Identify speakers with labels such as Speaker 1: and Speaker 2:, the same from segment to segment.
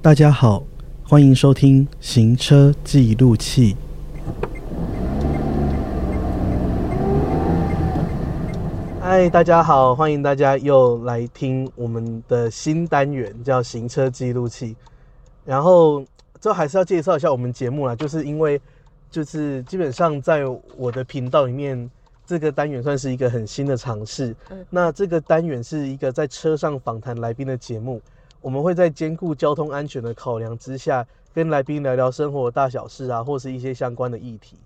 Speaker 1: 大家好，欢迎收听《行车记录器》。嗨，大家好，欢迎大家又来听我们的新单元，叫《行车记录器》。然后，这还是要介绍一下我们节目啦，就是因为就是基本上在我的频道里面，这个单元算是一个很新的尝试。
Speaker 2: 嗯
Speaker 1: 那这个单元是一个在车上访谈来宾的节目，我们会在兼顾交通安全的考量之下，跟来宾聊聊生活大小事啊，或是一些相关的议题。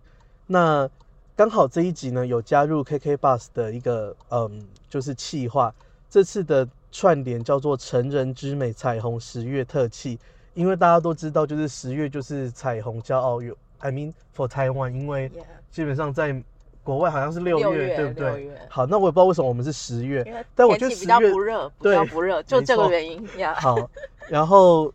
Speaker 1: 那刚好这一集呢，有加入 KK Bus 的一个嗯，就是企划。这次的串联叫做“成人之美彩虹十月特气”，因为大家都知道，就是十月就是彩虹骄傲月，I mean for Taiwan，因为
Speaker 2: Yeah
Speaker 1: 基本上在国外好像是六
Speaker 2: 六
Speaker 1: 月，
Speaker 2: 月
Speaker 1: 对不
Speaker 2: 六
Speaker 1: 对
Speaker 2: 月？
Speaker 1: 好，那我也不知道为什么我们是十月。
Speaker 2: 因
Speaker 1: 但我
Speaker 2: 为天
Speaker 1: 觉
Speaker 2: 气
Speaker 1: 得
Speaker 2: 比
Speaker 1: 10
Speaker 2: 较
Speaker 1: 月
Speaker 2: 不热，比
Speaker 1: 对
Speaker 2: 较不热，就
Speaker 1: 没
Speaker 2: 这个
Speaker 1: 错
Speaker 2: 原因呀。
Speaker 1: 好， 然后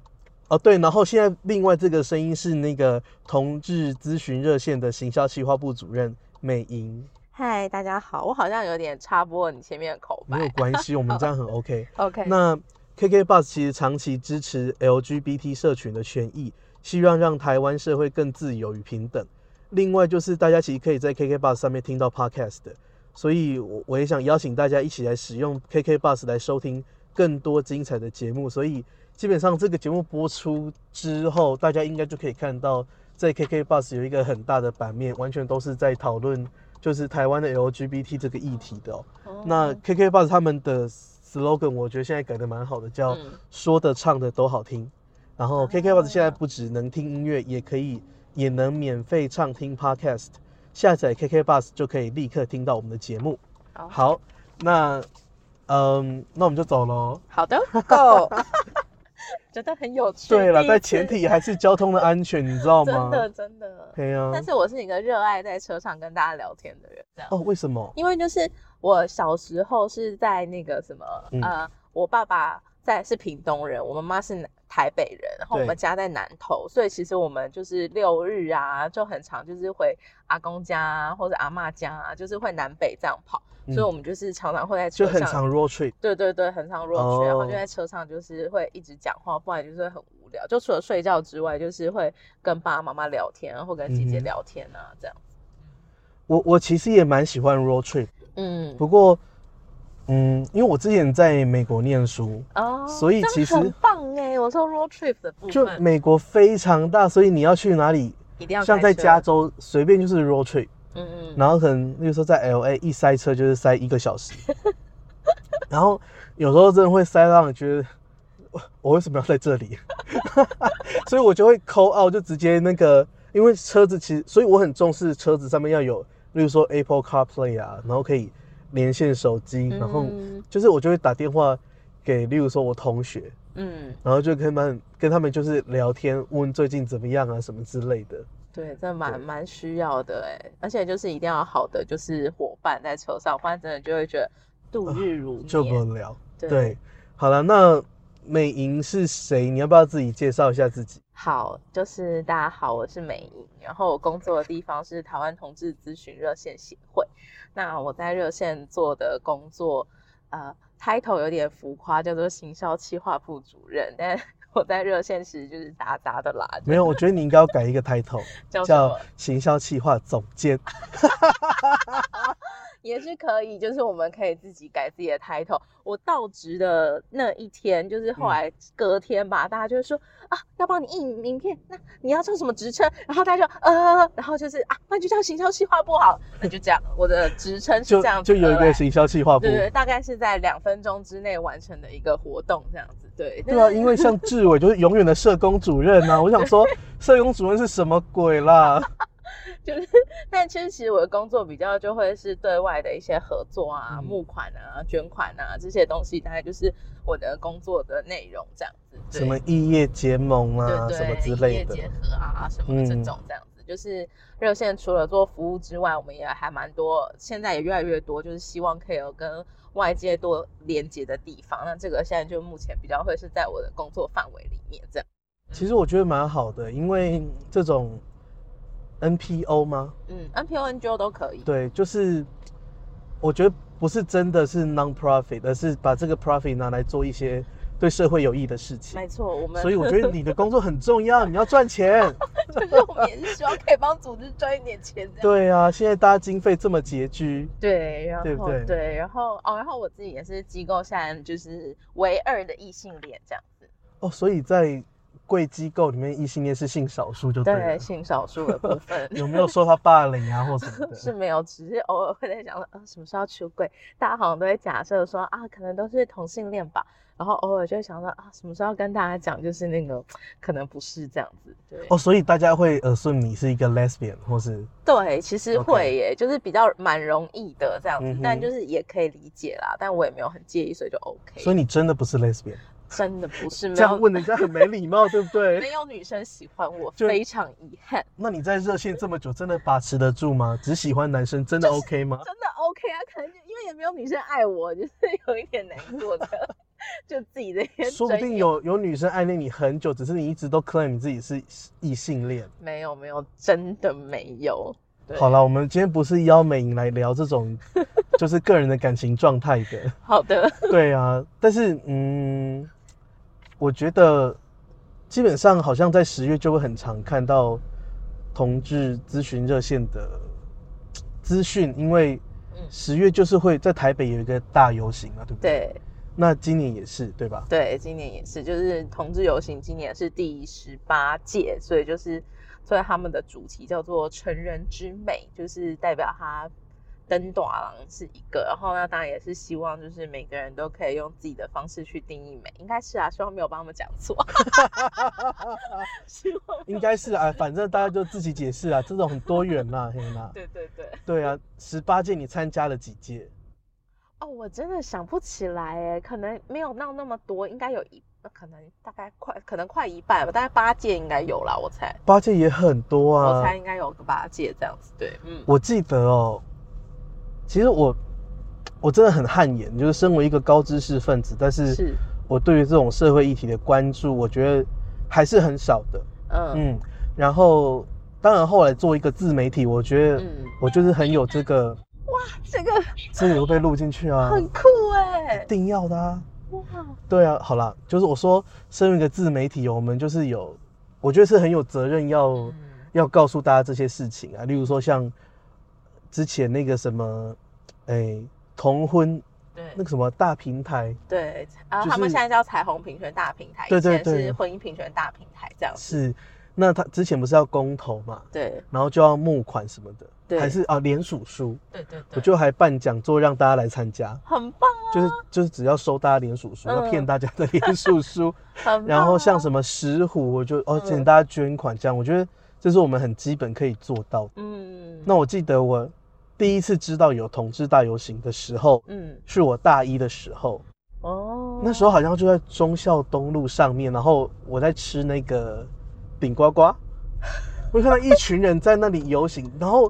Speaker 1: 哦对，然后现在另外这个声音是那个同志咨询热线的行销企划部主任美莹，
Speaker 2: 嗨，大家好，我好像有点插播你前面的口
Speaker 1: 没有
Speaker 2: 白。
Speaker 1: 关系，我们这样 很 OK。
Speaker 2: OK，
Speaker 1: 那 KK Bus 其实长期支持 LGBT 社群的权益，希望让台湾社会更自由与平等。另外就是大家其实可以在 KK Bus 上面听到 Podcast，的所以我我也想邀请大家一起来使用 KK Bus 来收听更多精彩的节目。所以基本上这个节目播出之后，大家应该就可以看到，在 KK Bus 有一个很大的版面，完全都是在讨论就是台湾的 LGBT 这个议题的哦。
Speaker 2: 哦
Speaker 1: 那 KK Bus 他们的 slogan 我觉得现在改的蛮好的，叫
Speaker 2: 嗯
Speaker 1: “说的唱的都好听”。然后 KK
Speaker 2: 哦
Speaker 1: Bus 现在不只能听音乐，也可以也能免费畅听 podcast。下载 KK Bus 就可以立刻听到我们的节目。
Speaker 2: 好
Speaker 1: 好，那嗯，那我们就走喽。
Speaker 2: 好 的 ，Go，觉得很有趣。
Speaker 1: 对了，
Speaker 2: 第一
Speaker 1: 但
Speaker 2: 次
Speaker 1: 前提还是交通的安全，你知道
Speaker 2: 真
Speaker 1: 吗？
Speaker 2: 的真的。
Speaker 1: 对啊呀、
Speaker 2: 但是我是一个热爱在车上跟大家聊天的人，这样。
Speaker 1: 哦，为什么？
Speaker 2: 因为就是我小时候是在那个什么、
Speaker 1: 嗯
Speaker 2: 呃，我爸爸在是屏东人，我妈妈是南台北人，然后
Speaker 1: 对
Speaker 2: 我们家在南投，所以其实我们就是六日啊，就很常就是回阿公家、啊、或者阿嬷家、啊，就是会南北这样跑，
Speaker 1: 嗯
Speaker 2: 所以我们就是常常会在车
Speaker 1: 就
Speaker 2: 上。
Speaker 1: 很常 road trip。
Speaker 2: 对对对，很常弱去，然后就
Speaker 1: 哦
Speaker 2: 在车上就是会一直讲话，不然就是会很无聊。就除了睡觉之外，就是会跟爸爸妈妈聊天啊，或跟姐姐
Speaker 1: 嗯哼
Speaker 2: 聊天啊，这样。
Speaker 1: 我我其实也蛮喜欢 road trip，
Speaker 2: 嗯，
Speaker 1: 不过嗯，因为我之前在美国念书，
Speaker 2: 哦，
Speaker 1: 所以
Speaker 2: 这样
Speaker 1: 其实
Speaker 2: 很棒哎，我说 road trip 的部
Speaker 1: 就
Speaker 2: 分
Speaker 1: 美国非常大，所以你要去哪里，
Speaker 2: 一定要
Speaker 1: 像
Speaker 2: 开
Speaker 1: 在
Speaker 2: 车
Speaker 1: 加，州随便就是 road trip，
Speaker 2: 嗯嗯，
Speaker 1: 然后可能那个时候在 L A 一塞车就是塞一个小时， 然后有时候真的会塞到你觉得我我为什么要在这里， 所以我就会抠 out 就直接那个，因为车子其实，所以我很重视车子上面要有，例如说 Apple CarPlay 啊，然后可以连线手机，然后
Speaker 2: 嗯
Speaker 1: 就是我就会打电话给，例如说我同学，
Speaker 2: 嗯，
Speaker 1: 然后就跟他们跟他们就是聊天，问最近怎么样啊什么之类的。
Speaker 2: 对，这
Speaker 1: 对
Speaker 2: 蛮蛮需要的哎，而且就是一定要好的就是伙伴在车上，不然真的就会觉得度日如
Speaker 1: 就
Speaker 2: 年。
Speaker 1: 不聊。
Speaker 2: 对
Speaker 1: 对，好了，那美莹是谁？你要不要自己介绍一下自 己？
Speaker 2: 好，就是大家好，我是美莹，然后我工作的地方是台湾同志咨询热线协会。那我在热线做的工作，呃，title 有点浮夸，叫做行销企划部主任，但 我在热线其实就是打杂的啦，
Speaker 1: 没有，我觉得你应该要改一个 title，
Speaker 2: 叫什
Speaker 1: 叫
Speaker 2: 么啊
Speaker 1: 行销企划总监。
Speaker 2: 也是可以，就是我们可以自己改自己的 title。我到职的那一天，就是
Speaker 1: 嗯
Speaker 2: 后来隔天吧，大家就会说啊，要帮你印名片，那你要叫什么职称？然后大家就呃，然后就是啊，那就叫行销企划部好了，那就这样。我的职称是
Speaker 1: 就
Speaker 2: 这样子
Speaker 1: 就有一
Speaker 2: 而
Speaker 1: 个
Speaker 2: 来
Speaker 1: 行销企划部
Speaker 2: 对。对，大概是在两分钟之内完成的一个活动，这样子。对，
Speaker 1: 对啊，因为像志伟就是永远的社工主任 啊，我想说社工主任是什么鬼啦？
Speaker 2: 就是，但其实其实我的工作比较就会是对外的一些合作啊、
Speaker 1: 嗯
Speaker 2: 募款啊、捐款啊这些东西，大概就是我的工作的内容这样子。 对
Speaker 1: 什么异业结盟啊，
Speaker 2: 对对，
Speaker 1: 什么之
Speaker 2: 异
Speaker 1: 类
Speaker 2: 业
Speaker 1: 的。
Speaker 2: 结合啊，什么这
Speaker 1: 嗯
Speaker 2: 种这样子，就是热线除了做服务之外，我们也还蛮多，现在也越来越多，就是希望可以有跟外界多连接的地方。那这个现在就目前比较会是在我的工作范围里面这样。
Speaker 1: 其实我觉得蛮好的，因为这种 NPO 吗？
Speaker 2: 嗯，NPO、NGO 都可以。
Speaker 1: 对，就是我觉得不是真的是 non profit，而是把这个 profit 拿来做一些对社会有益的事情
Speaker 2: 没。错，我们
Speaker 1: 所以我觉得你的工作很重要，你要赚 钱。
Speaker 2: 就是我们也是希望可以帮组织赚一点钱这样。
Speaker 1: 对啊，现在大家经费这么拮据，
Speaker 2: 对，然后
Speaker 1: 对不对
Speaker 2: 然后哦，然后我自己也是机构下来就是唯二的异性恋这样子，
Speaker 1: 哦，所以在贵机构里面，异性恋是性少数哦就对了。
Speaker 2: 对性少数的部分
Speaker 1: 有没有受到霸凌啊或什么
Speaker 2: 是
Speaker 1: 的？
Speaker 2: 没有，只是偶尔会在想说，呃，什么时候要出柜？大家好像都会假设说啊，可能都是同性恋吧，然后偶尔就会想说啊，什么时候要跟大家讲，就是那个可能不是这样子，对。
Speaker 1: 哦，所以大家会耳顺你是一个 lesbian 或是
Speaker 2: 对，其实
Speaker 1: OK
Speaker 2: 会耶就是比较蛮容易的这样子，
Speaker 1: 嗯哼
Speaker 2: 但就是也可以理解啦，但我也没有很介意，所以就 OK。
Speaker 1: 所以你真的不是 lesbian，
Speaker 2: 真的不是没
Speaker 1: 这样
Speaker 2: 有
Speaker 1: 问人家很没礼貌，对不 对？
Speaker 2: 没有女生喜欢我，
Speaker 1: 就
Speaker 2: 非常遗憾。
Speaker 1: 那你在热线这么久，真的把持得住吗？只喜欢男生，真的 OK 吗？
Speaker 2: 真的 OK 啊，可能就因为也没有女生爱我， 就是有一点难过的， 就自己的一些
Speaker 1: 说不
Speaker 2: 争
Speaker 1: 定
Speaker 2: 议
Speaker 1: 有有女生暗恋你很久，只是你一直都 claim 你自己是异性恋。
Speaker 2: 没有没有，真的没有。对
Speaker 1: 好了，我们今天不是邀美莹来聊这 种就是个人的感情状态的，
Speaker 2: 好 的，
Speaker 1: 对啊，但是嗯，我觉得基本上好像在十月就会很常看到同志咨询热线的资讯，因为
Speaker 2: 嗯
Speaker 1: 十月就是会在台北有一个大游行嘛，对不对？
Speaker 2: 对
Speaker 1: 那今年也是对吧？
Speaker 2: 对，今年也是，就是同志游行，今年是第十八届，所以就是所以他们的主题叫做“成人之美”，就是代表他登短郎是一个，然后呢，当然也是希望就是每个人都可以用自己的方式去定义美，应该是啊，希望没有帮他们讲错， 希望没有
Speaker 1: 应该是啊，反正大家就自己解释啊，这种很多元啦，嘿啦。
Speaker 2: 对对对。
Speaker 1: 对啊，十八届你参加了几届？
Speaker 2: 哦，我真的想不起来哎，可能没有闹那么多，应该有一，呃可能大概快，可能快一半吧，大概八届应该有啦，我猜，
Speaker 1: 八届也很多啊。
Speaker 2: 我猜应该有个八届这样子，对，嗯，
Speaker 1: 我记得哦，其实我我真的很汗颜，就是身为一个高知识分子，但是
Speaker 2: 是，
Speaker 1: 我对于这种社会议题的关注，我觉得还是很少的。
Speaker 2: 嗯
Speaker 1: 嗯，然后当然后来做一个自媒体，我觉得
Speaker 2: 嗯，
Speaker 1: 我就是很有这个，
Speaker 2: 这个
Speaker 1: 这个会被录进去啊，
Speaker 2: 很酷
Speaker 1: 一
Speaker 2: 哎，
Speaker 1: 定要的啊。
Speaker 2: 哇，
Speaker 1: 对啊，好啦，就是我说身为一个自媒体，我们就是有，我觉得是很有责任要。
Speaker 2: 嗯，
Speaker 1: 要告诉大家这些事情啊，例如说像之前那个什么，哎、同婚
Speaker 2: 对
Speaker 1: 那个什么大平台，
Speaker 2: 对，然后
Speaker 1: 就
Speaker 2: 他们
Speaker 1: 是
Speaker 2: 现在叫彩虹平权大平台，
Speaker 1: 对
Speaker 2: 以
Speaker 1: 对
Speaker 2: 前是
Speaker 1: 对
Speaker 2: 婚姻平权大平台这样子，
Speaker 1: 是，那他之前不是要公投嘛，
Speaker 2: 对
Speaker 1: 然后就要募款什么
Speaker 2: 对
Speaker 1: 的，还是啊联署书，
Speaker 2: 对对对，
Speaker 1: 我就还办讲座让大家来参加，
Speaker 2: 很棒，
Speaker 1: 就是就是只要收大家联署书，要骗
Speaker 2: 哦嗯
Speaker 1: 大家的联署书，
Speaker 2: 很
Speaker 1: 然后像
Speaker 2: 么，
Speaker 1: 什么石虎，我就哦
Speaker 2: 啊嗯
Speaker 1: 请大家捐款这样，我觉得这是我们很基本可以做到的。
Speaker 2: 嗯，
Speaker 1: 那我记得我第一次知道有同志大游行的时候，
Speaker 2: 嗯
Speaker 1: 是我大一的时候，
Speaker 2: 哦，
Speaker 1: 那时候好像就在忠孝东路上面，然后我在吃那个饼呱 呱，我就看到一群人在那里游行，然后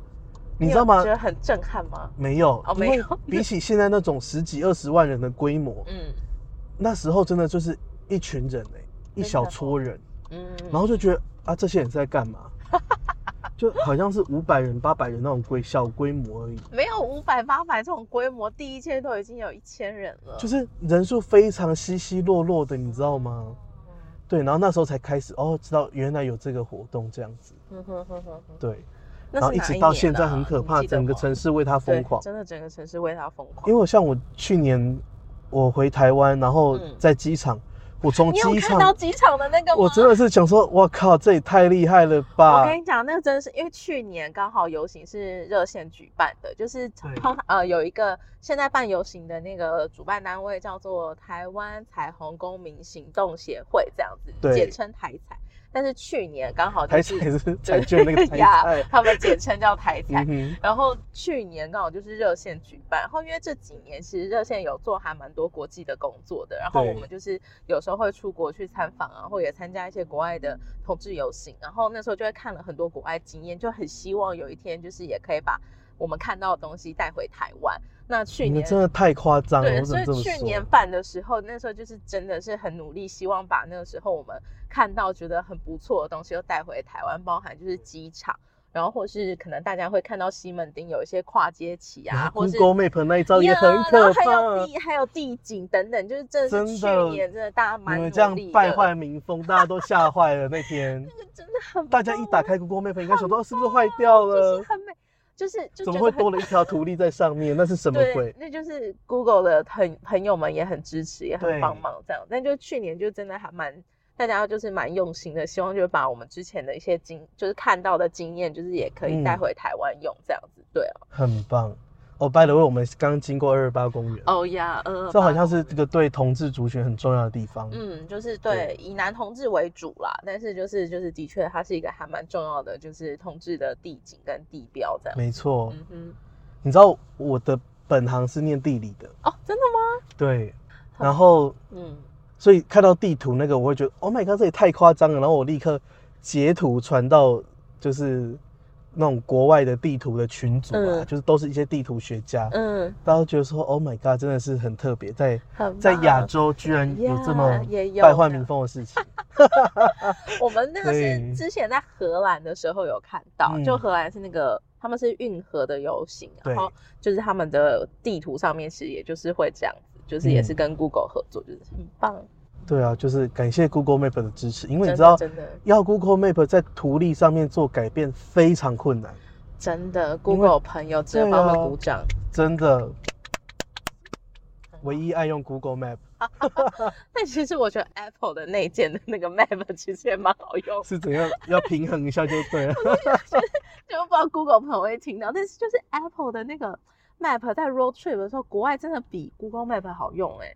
Speaker 1: 你知道吗
Speaker 2: 有觉？得很震撼吗？
Speaker 1: 没有，
Speaker 2: 哦
Speaker 1: 因
Speaker 2: 没
Speaker 1: 为
Speaker 2: 有
Speaker 1: 比起现在那种十几二十万人的规模，
Speaker 2: 嗯
Speaker 1: 那时候真的就是一群人哎、
Speaker 2: 哦
Speaker 1: 一小撮人，
Speaker 2: 嗯，
Speaker 1: 然后就觉得啊，这些人在干 嘛？就好像是五百人、八百人那种规小规模而已。
Speaker 2: 没有五百八百这种规模，第一届都已经有一千人了，
Speaker 1: 就是是人数非常稀稀落落的，你知道吗？对，然后那时候才开始哦，知道原来有这个活动这样子，
Speaker 2: 嗯哼哼哼哼，
Speaker 1: 对，
Speaker 2: 那
Speaker 1: 然
Speaker 2: 是
Speaker 1: 后一
Speaker 2: 哪
Speaker 1: 直
Speaker 2: 一
Speaker 1: 到
Speaker 2: 年
Speaker 1: 现在
Speaker 2: 啊
Speaker 1: 很可
Speaker 2: 你
Speaker 1: 怕，
Speaker 2: 记得
Speaker 1: 整个
Speaker 2: 吗
Speaker 1: 城市为他疯
Speaker 2: 对
Speaker 1: 狂。
Speaker 2: 真的整个城市为他疯狂。
Speaker 1: 因为像我去年我回台湾，然后
Speaker 2: 嗯
Speaker 1: 在机场，我从
Speaker 2: 你有
Speaker 1: 机
Speaker 2: 看到
Speaker 1: 场，
Speaker 2: 机场的那个吗？
Speaker 1: 我真的是想说，我靠，这也太厉害了
Speaker 2: 我
Speaker 1: 吧！
Speaker 2: 跟你讲，那个真的是因为去年刚好游行是热线举办的，就是
Speaker 1: 对
Speaker 2: 通呃有一个现在办游行的那个主办单位叫做台湾彩虹公民行动协会，这样子
Speaker 1: 对
Speaker 2: 简称台彩。但是去年刚好就
Speaker 1: 台
Speaker 2: 是
Speaker 1: 彩是
Speaker 2: 对
Speaker 1: 彩券 那个
Speaker 2: 呀
Speaker 1: 台彩，
Speaker 2: 他们简称叫台彩
Speaker 1: 嗯。哼，
Speaker 2: 然后去年刚好就是热线举办，然后因为这几年其实热线有做还蛮多国际的工作的，然后
Speaker 1: 对
Speaker 2: 我们就是有时候会出国去参访啊，或也参加一些国外的同志游行，然后那时候就会看了很多国外经验，就很希望有一天就是也可以把我们看到的东西带回台湾。那去
Speaker 1: 你们
Speaker 2: 年
Speaker 1: 真的太夸张了，
Speaker 2: 对，
Speaker 1: 我只
Speaker 2: 所
Speaker 1: 能这么
Speaker 2: 以去年
Speaker 1: 说。
Speaker 2: 办的时候，那时候就是真的是很努力，希望把那个时候我们看到觉得很不错的东西都带回台湾，包含就是机场，然后或是可能大家会看到西门町有一些跨街旗啊，或是
Speaker 1: Google Map 那一招也
Speaker 2: Yeah，
Speaker 1: 很可怕。
Speaker 2: 然后还有地还有地景等等，就是真的是去
Speaker 1: 真的
Speaker 2: 年真的大家蛮
Speaker 1: 你
Speaker 2: 努力
Speaker 1: 们
Speaker 2: 的，
Speaker 1: 这样败坏民风，大家都 吓坏了。那天
Speaker 2: 真的很
Speaker 1: 大家一打开 Google Map，应该想说哦是不是坏掉
Speaker 2: 就是
Speaker 1: 了？
Speaker 2: 很美，就是就
Speaker 1: 怎么
Speaker 2: 觉
Speaker 1: 会
Speaker 2: 得很
Speaker 1: 多了一条图例在上面？那是什么
Speaker 2: 对
Speaker 1: 鬼，？
Speaker 2: 那就是 Google 的朋朋友们也很支持，也很
Speaker 1: 对
Speaker 2: 帮忙这样。但就去年就真的还蛮大家就是蛮用心的，希望就是把我们之前的一些经，就是看到的经验，就是也可以
Speaker 1: 嗯
Speaker 2: 带回台湾用这样子。对啊，
Speaker 1: 很棒。哦、b y the way，我们刚经过二二八公园，
Speaker 2: 哦呀，呃
Speaker 1: 这好像是这个对同志族群很重要的地方。
Speaker 2: 嗯，就是对以男同志为主啦，但是就是就是的确它是一个还蛮重要的，就是同志的地景跟地标这样。
Speaker 1: 没错。
Speaker 2: 嗯哼，
Speaker 1: 你知道我的本行是念地理的，
Speaker 2: 哦，真的吗？
Speaker 1: 对，然后
Speaker 2: 嗯，
Speaker 1: 所以看到地图那个，我会觉得 Oh my god，这也太夸张了。然后我立刻截图传到就是那种国外的地图的群组啊，
Speaker 2: 嗯
Speaker 1: 就是都是一些地图学家，
Speaker 2: 嗯，
Speaker 1: 大家都觉得说 Oh my god，真的是很特别，在
Speaker 2: 很
Speaker 1: 在亚
Speaker 2: 棒
Speaker 1: 洲居然有这
Speaker 2: Yeah，
Speaker 1: 么
Speaker 2: 也有
Speaker 1: 败坏
Speaker 2: 这样
Speaker 1: 民风的事情。
Speaker 2: 我们那个是
Speaker 1: 对
Speaker 2: 之前在荷兰的时候有看到，
Speaker 1: 嗯
Speaker 2: 就荷兰是那个他们是运河的游行，
Speaker 1: 对
Speaker 2: 然后就是他们的地图上面其实也就是会这样子，就是也是
Speaker 1: 嗯
Speaker 2: 跟 Google 合作，就是很棒，
Speaker 1: 对啊，就是感谢 Google Map 的支持，因为
Speaker 2: 真
Speaker 1: 你
Speaker 2: 的
Speaker 1: 知道
Speaker 2: 真的
Speaker 1: 要 Google Map 在图例上面做改变非常困难，
Speaker 2: 真的 Google 朋友值得帮我
Speaker 1: 啊
Speaker 2: 们鼓掌。
Speaker 1: 真的。唯一爱用 Google Map
Speaker 2: 但其实我觉得 Apple 的内建的那个 Map 其实也蛮好用，
Speaker 1: 是怎样？要平衡一下就对了。
Speaker 2: 就不知道 Google 朋友会听到，但是就是 Apple 的那个 Map 在 road trip 的时候，国外真的比 Google Map 好用哎、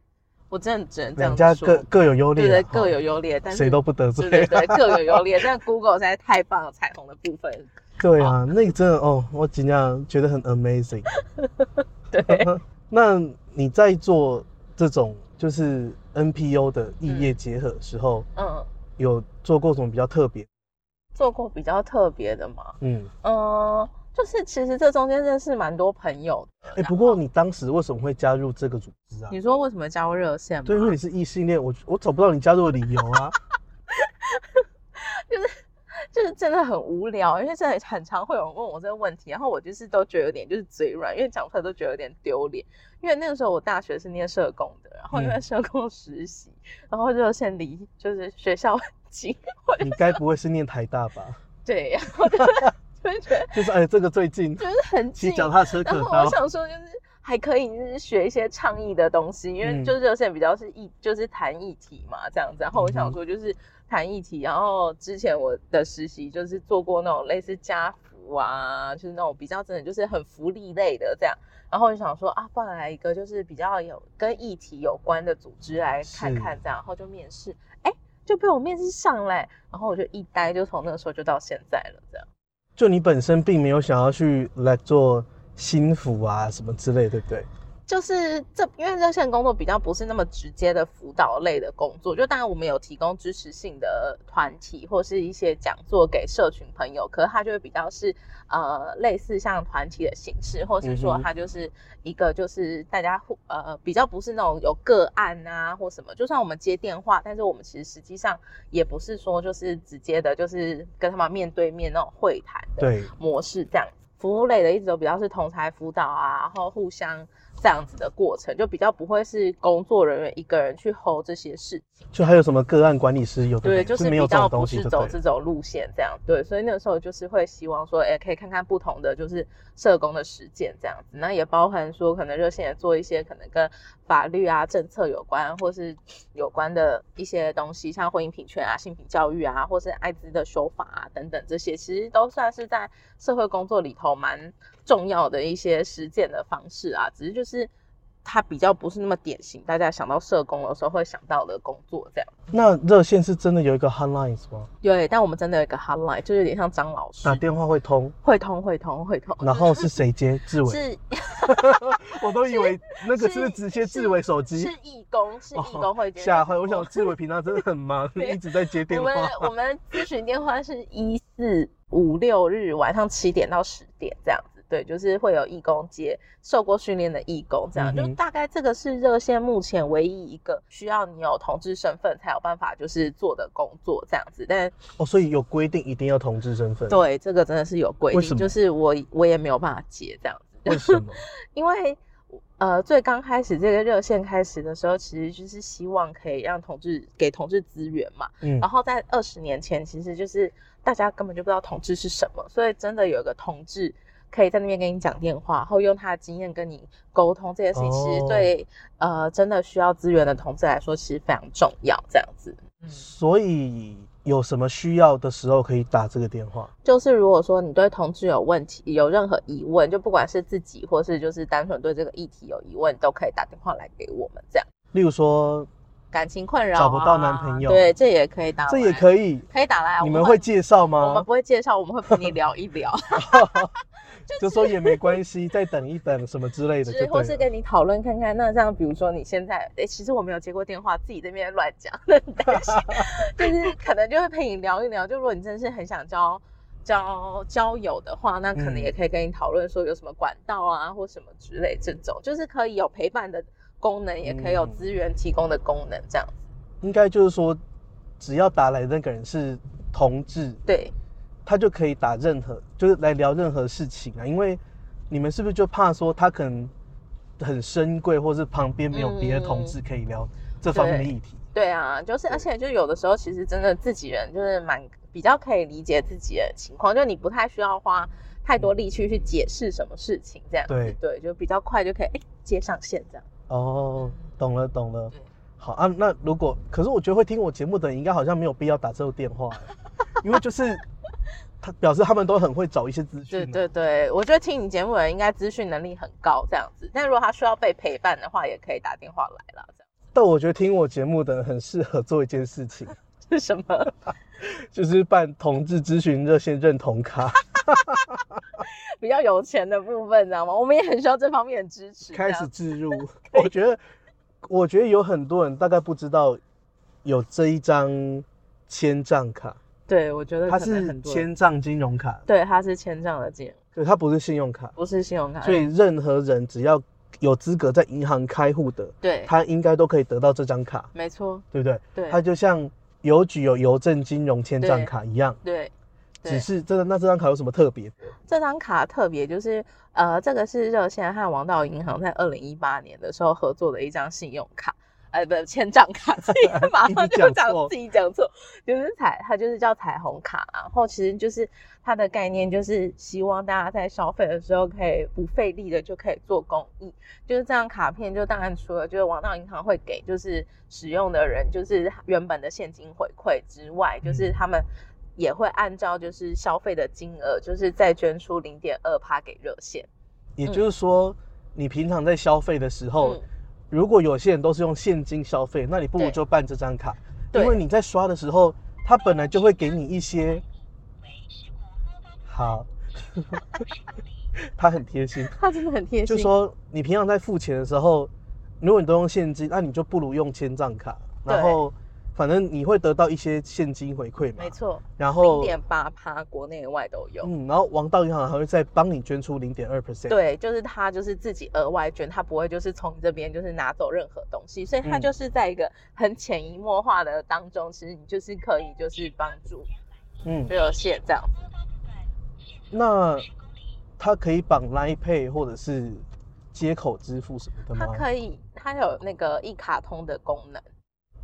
Speaker 2: 我真的只能这
Speaker 1: 两
Speaker 2: 样子
Speaker 1: 家
Speaker 2: 说
Speaker 1: 各各有优劣
Speaker 2: 对
Speaker 1: 啊，
Speaker 2: 对，
Speaker 1: 哈
Speaker 2: 各有优劣，但是
Speaker 1: 谁都不得
Speaker 2: 对
Speaker 1: 罪。啊
Speaker 2: 对对，各有优劣。但 Google 实在太棒了，彩虹的部分，
Speaker 1: 对啊，那个真的哦，我尽量觉得很 amazing。
Speaker 2: 对，
Speaker 1: 那你在做这种就是 NPO 的异业结合的时候，
Speaker 2: 嗯，
Speaker 1: 有做过什么比较特别？
Speaker 2: 做过比较特别的嘛，
Speaker 1: 嗯，
Speaker 2: 嗯、就是其实这中间认识蛮多朋友的。
Speaker 1: 哎、不过你当时为什么会加入这个组织啊？
Speaker 2: 你说为什么加入热线吗？
Speaker 1: 对，因为你是异性恋，我我找不到你加入的理由啊。
Speaker 2: 就是真的很无聊，因为真的很常会有人问我这个问题，然后我就是都觉得有点就是嘴软，因为讲出来都觉得有点丢脸。因为那个时候我大学是念社工的，然后因为
Speaker 1: 嗯
Speaker 2: 社工实习，然后热线离就是学校很近， 我就
Speaker 1: 你该不会是念台大吧？
Speaker 2: 对，然后就 就会觉得
Speaker 1: 就是哎，这个最近
Speaker 2: 就是很
Speaker 1: 骑
Speaker 2: 近，
Speaker 1: 脚踏车
Speaker 2: 然
Speaker 1: 可
Speaker 2: 后
Speaker 1: 刀
Speaker 2: 我，想说，就是还可以，就是学一些倡议的东西，因为
Speaker 1: 嗯
Speaker 2: 就是热线比较是议，就是谈议题嘛，这样子。然后我
Speaker 1: 嗯
Speaker 2: 想
Speaker 1: 哼
Speaker 2: 说，就是谈议题。然后之前我的实习就是做过那种类似家福啊，就是那种比较真的就是很福利类的这样。然后我就想说啊，不然来一个就是比较有跟议题有关的组织来看
Speaker 1: 是
Speaker 2: 看这样，然后就面试，哎，就被我面试上来，然后我就一待就从那个时候就到现在了这样。
Speaker 1: 就你本身并没有想要去来做心服啊什么之类，对不对？
Speaker 2: 就是这，因为热线工作比较不是那么直接的辅导类的工作，就当然我们有提供支持性的团体或是一些讲座给社群朋友，可是它就会比较是呃类似像团体的形式，或是
Speaker 1: 嗯
Speaker 2: 说
Speaker 1: 哼
Speaker 2: 它就是一个就是大家互呃比较不是那种有个案啊或什么，就算我们接电话，但是我们其实实际上也不是说就是直接的，就是跟他们面对面那种会谈的，
Speaker 1: 对，
Speaker 2: 模式这样。服务类的一直都比较是同台辅导啊，然后互相这样子的过程，就比较不会是工作人员一个人去 hold 这些事情。
Speaker 1: 就还有什么个案管理师有的没的
Speaker 2: 对，就是
Speaker 1: 没有
Speaker 2: 比
Speaker 1: 这种
Speaker 2: 较不
Speaker 1: 东西
Speaker 2: 是
Speaker 1: 就
Speaker 2: 走
Speaker 1: 对
Speaker 2: 这
Speaker 1: 了。
Speaker 2: 种路线这样。对，所以那个时候就是会希望说，哎，可以看看不同的就是社工的实践这样子。那也包含说，可能热线也做一些可能跟法律啊、政策有关，或是有关的一些东西，像婚姻平权啊、性平教育啊，或是艾滋的修法啊等等这些，其实都算是在社会工作里头蛮重要的一些实践的方式啊。只是就是。它比较不是那么典型，大家想到社工的时候会想到的工作这样。
Speaker 1: 那热线是真的有一个 hotline 是吗？
Speaker 2: 对，但我们真的有一个 hotline，就有点像张老师
Speaker 1: 打，电话会通，
Speaker 2: 会通会通会通，
Speaker 1: 啊然后是谁接？志伟，
Speaker 2: 是
Speaker 1: 我都以为那个
Speaker 2: 是
Speaker 1: 是直接志伟手机哦
Speaker 2: 是，义工，是义工会接。
Speaker 1: 吓坏！我想志伟平常真的很忙，
Speaker 2: 对
Speaker 1: 一直在接电
Speaker 2: 我
Speaker 1: 话
Speaker 2: 们。我们咨询电话是一四五六日晚上七点到十点这样子，对，就是会有义工接受过训练的义工，这样、
Speaker 1: 嗯哼
Speaker 2: 就大概这个是热线目前唯一一个需要你有同志身份才有办法就是做的工作这样子。但
Speaker 1: 哦，所以有规定一定要同志身份，，
Speaker 2: 对这个真的是有规
Speaker 1: 为什
Speaker 2: 定，
Speaker 1: 么
Speaker 2: 就是我我也没有办法接这样子。
Speaker 1: 为什 么？
Speaker 2: 因为呃，最刚开始这个热线开始的时候，其实就是希望可以让同志给同志资源嘛。
Speaker 1: 嗯
Speaker 2: 然后在二十年前，其实就是大家根本就不知道同志是什么，所以真的有一个同志可以在那边跟你讲电话，然后用他的经验跟你沟通这件事情，其
Speaker 1: 哦
Speaker 2: 实对、呃真的需要资源的同志来说，其实非常重要。这样子，嗯。
Speaker 1: 所以有什么需要的时候可以打这个电话。
Speaker 2: 就是如果说你对同志有问题、有任何疑问，就不管是自己或是就是单纯对这个议题有疑问，都可以打电话来给我们这样。
Speaker 1: 例如说，
Speaker 2: 感情困扰、啊，
Speaker 1: 找不到男朋友
Speaker 2: 对，这也可以打来，
Speaker 1: 这也可以，啊
Speaker 2: 可以打来啊。
Speaker 1: 你
Speaker 2: 我
Speaker 1: 们会介绍
Speaker 2: 我们
Speaker 1: 吗？
Speaker 2: 不会介绍，我们会陪你聊一聊，
Speaker 1: 就说也没关系， 再等一等什么之类的就
Speaker 2: 就
Speaker 1: 是
Speaker 2: 或是
Speaker 1: 对了。
Speaker 2: 跟你讨论看看。那这样，比如说你现在，哎、其实我没有接过电话，自己这边乱讲， 很担心，就是可能就会陪你聊一聊。就如果你真的是很想交交交友的话，那可能
Speaker 1: 嗯
Speaker 2: 也可以跟你讨论说有什么管道啊，或什么之类这种，就是可以有陪伴的功能，也可以有
Speaker 1: 嗯
Speaker 2: 资源提供的功能，这样子。
Speaker 1: 应该就是说，只要打来的那个人是同志，
Speaker 2: 对，
Speaker 1: 他就可以打任何，就是来聊任何事情啊。因为你们是不是就怕说他可能很深贵，或是旁边没有别的同志可以聊这方面的议题？
Speaker 2: 嗯对啊，就是而且就有的时候，其实真的自己人就是蛮比较可以理解自己的情况，就你不太需要花太多力气去解释什么事情，这样子
Speaker 1: 嗯对
Speaker 2: 对，就比较快就可以哎接上线这样。
Speaker 1: 哦，懂了懂了
Speaker 2: 嗯对。
Speaker 1: 好啊，那如果可是我觉得会听我节目的人应该好像没有必要打这个电 话欸，因为就是他表示他们都很会找一些资讯
Speaker 2: 对
Speaker 1: 啊。
Speaker 2: 对对，我觉得听你节目的人应该资讯能力很高这样子，但如果他需要被陪伴的话，也可以打电话来啦。这样
Speaker 1: 但我觉得听我节目的人很适合做一件事 情，
Speaker 2: 是什么？
Speaker 1: 就是办同志咨询热线认同 卡，
Speaker 2: 比较有钱的部分，知道吗？我们也很需要这方面的支持。
Speaker 1: 开始
Speaker 2: 这样
Speaker 1: 置入。 我觉得，我觉得有很多人大概不知道有这一张千账卡，
Speaker 2: 对，我觉得
Speaker 1: 它
Speaker 2: 可能
Speaker 1: 是
Speaker 2: 很多人，
Speaker 1: 千账金融卡，
Speaker 2: 对，他是千账的金，
Speaker 1: 对，它不是信用卡，
Speaker 2: 不是信用卡，
Speaker 1: 所以任何人只要有资格在银行开户的，
Speaker 2: 对，
Speaker 1: 他应该都可以得到这张卡，
Speaker 2: 没错，
Speaker 1: 对不对？
Speaker 2: 对，
Speaker 1: 它就像邮局有邮政金融千账
Speaker 2: 对
Speaker 1: 卡一样，
Speaker 2: 对，对
Speaker 1: 只是真的那这张卡有什么特别的？
Speaker 2: 这张卡特别就是，呃，这个是热线和王道银行在二零一八年的时候合作的一张信用卡，呃，不，千账卡，自己马上就
Speaker 1: 一直讲错
Speaker 2: 讲自己讲错，就是彩，它就是叫彩虹卡，啊然后其实就是它的概念就是希望大家在消费的时候可以不费力的就可以做公益，就是这张卡片就当然除了就是王道银行会给就是使用的人就是原本的现金回馈之外，
Speaker 1: 嗯
Speaker 2: 就是他们也会按照就是消费的金额，就是再捐出零点二趴给热线。
Speaker 1: 也就是说，你平常在消费的时候，
Speaker 2: 嗯
Speaker 1: 如果有些人都是用现金消费，那你不如
Speaker 2: 对
Speaker 1: 就办这张卡，
Speaker 2: 对
Speaker 1: 因为你在刷的时候，它本来就会给你一些。好， 他很贴心，
Speaker 2: 他真的很贴心，
Speaker 1: 就说你平常在付钱的时候，如果你都用现金，那你就不如用千账卡，
Speaker 2: 对
Speaker 1: 然后反正你会得到一些现金回馈嘛
Speaker 2: 没。错，
Speaker 1: 然
Speaker 2: 零
Speaker 1: 后，
Speaker 2: 点八趴国内外都有。
Speaker 1: 嗯，然后王道银行还会再帮你捐出零点二 percent。
Speaker 2: 对，就是他就是自己额外捐，他不会就是从你这边就是拿走任何东西，所以他
Speaker 1: 嗯
Speaker 2: 就是在一个很潜移默化的当中，其实你就是可以就是帮助
Speaker 1: 嗯，
Speaker 2: 热线这样子。
Speaker 1: 那它可以绑 Line Pay 或者是接口支付什么的
Speaker 2: 它
Speaker 1: 吗？
Speaker 2: 可以，它有那个一卡通的功能，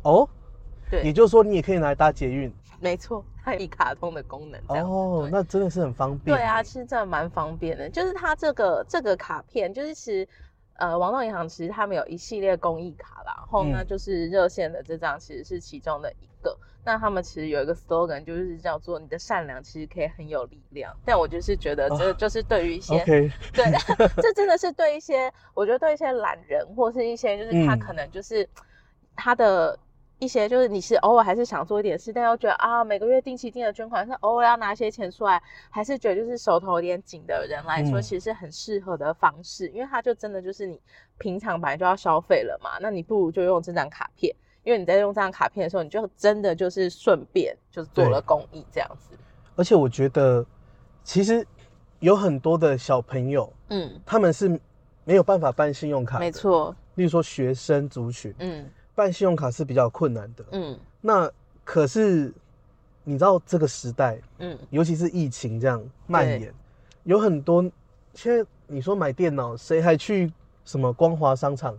Speaker 1: 哦，
Speaker 2: 对
Speaker 1: 也就是说你也可以拿来搭捷运
Speaker 2: 没错，它有一卡通的功能这样子。
Speaker 1: 哦
Speaker 2: 对，
Speaker 1: 那真的是很方便。
Speaker 2: 对啊，其实真的蛮方便的。就是它这个这个卡片，就是其实呃，王道银行其实他们有一系列公益卡啦，然后呢，
Speaker 1: 嗯
Speaker 2: 就是热线的这张其实是其中的一个。那他们其实有一个 slogan，就是叫做“你的善良其实可以很有力量”。但我就是觉得这
Speaker 1: 啊
Speaker 2: 就是 对于一些、
Speaker 1: ，OK，
Speaker 2: 对， 这真的是对一些，我觉得对一些懒人或是一些就是他
Speaker 1: 嗯
Speaker 2: 可能就是他的一些就是你是偶尔还是想做一点事，但又觉得啊每个月定期定额捐款是偶尔要拿一些钱出来，还是觉得就是手头有点紧的人来说，
Speaker 1: 嗯
Speaker 2: 其实是很适合的方式，因为他就真的就是你平常本来就要消费了嘛，那你不如就用这张卡片。因为你在用这张卡片的时候，你就真的就是顺便就是做
Speaker 1: 对
Speaker 2: 了公益这样子，
Speaker 1: 而且我觉得其实有很多的小朋友，
Speaker 2: 嗯，
Speaker 1: 他们是没有办法办信用卡，
Speaker 2: 没。错，
Speaker 1: 例如说学生族群，
Speaker 2: 嗯
Speaker 1: 办信用卡是比较困难的。
Speaker 2: 嗯
Speaker 1: 那可是你知道这个时代，
Speaker 2: 嗯，
Speaker 1: 尤其是疫情这样蔓
Speaker 2: 对
Speaker 1: 延，有很多现在你说买电脑，谁还去什么光华商场？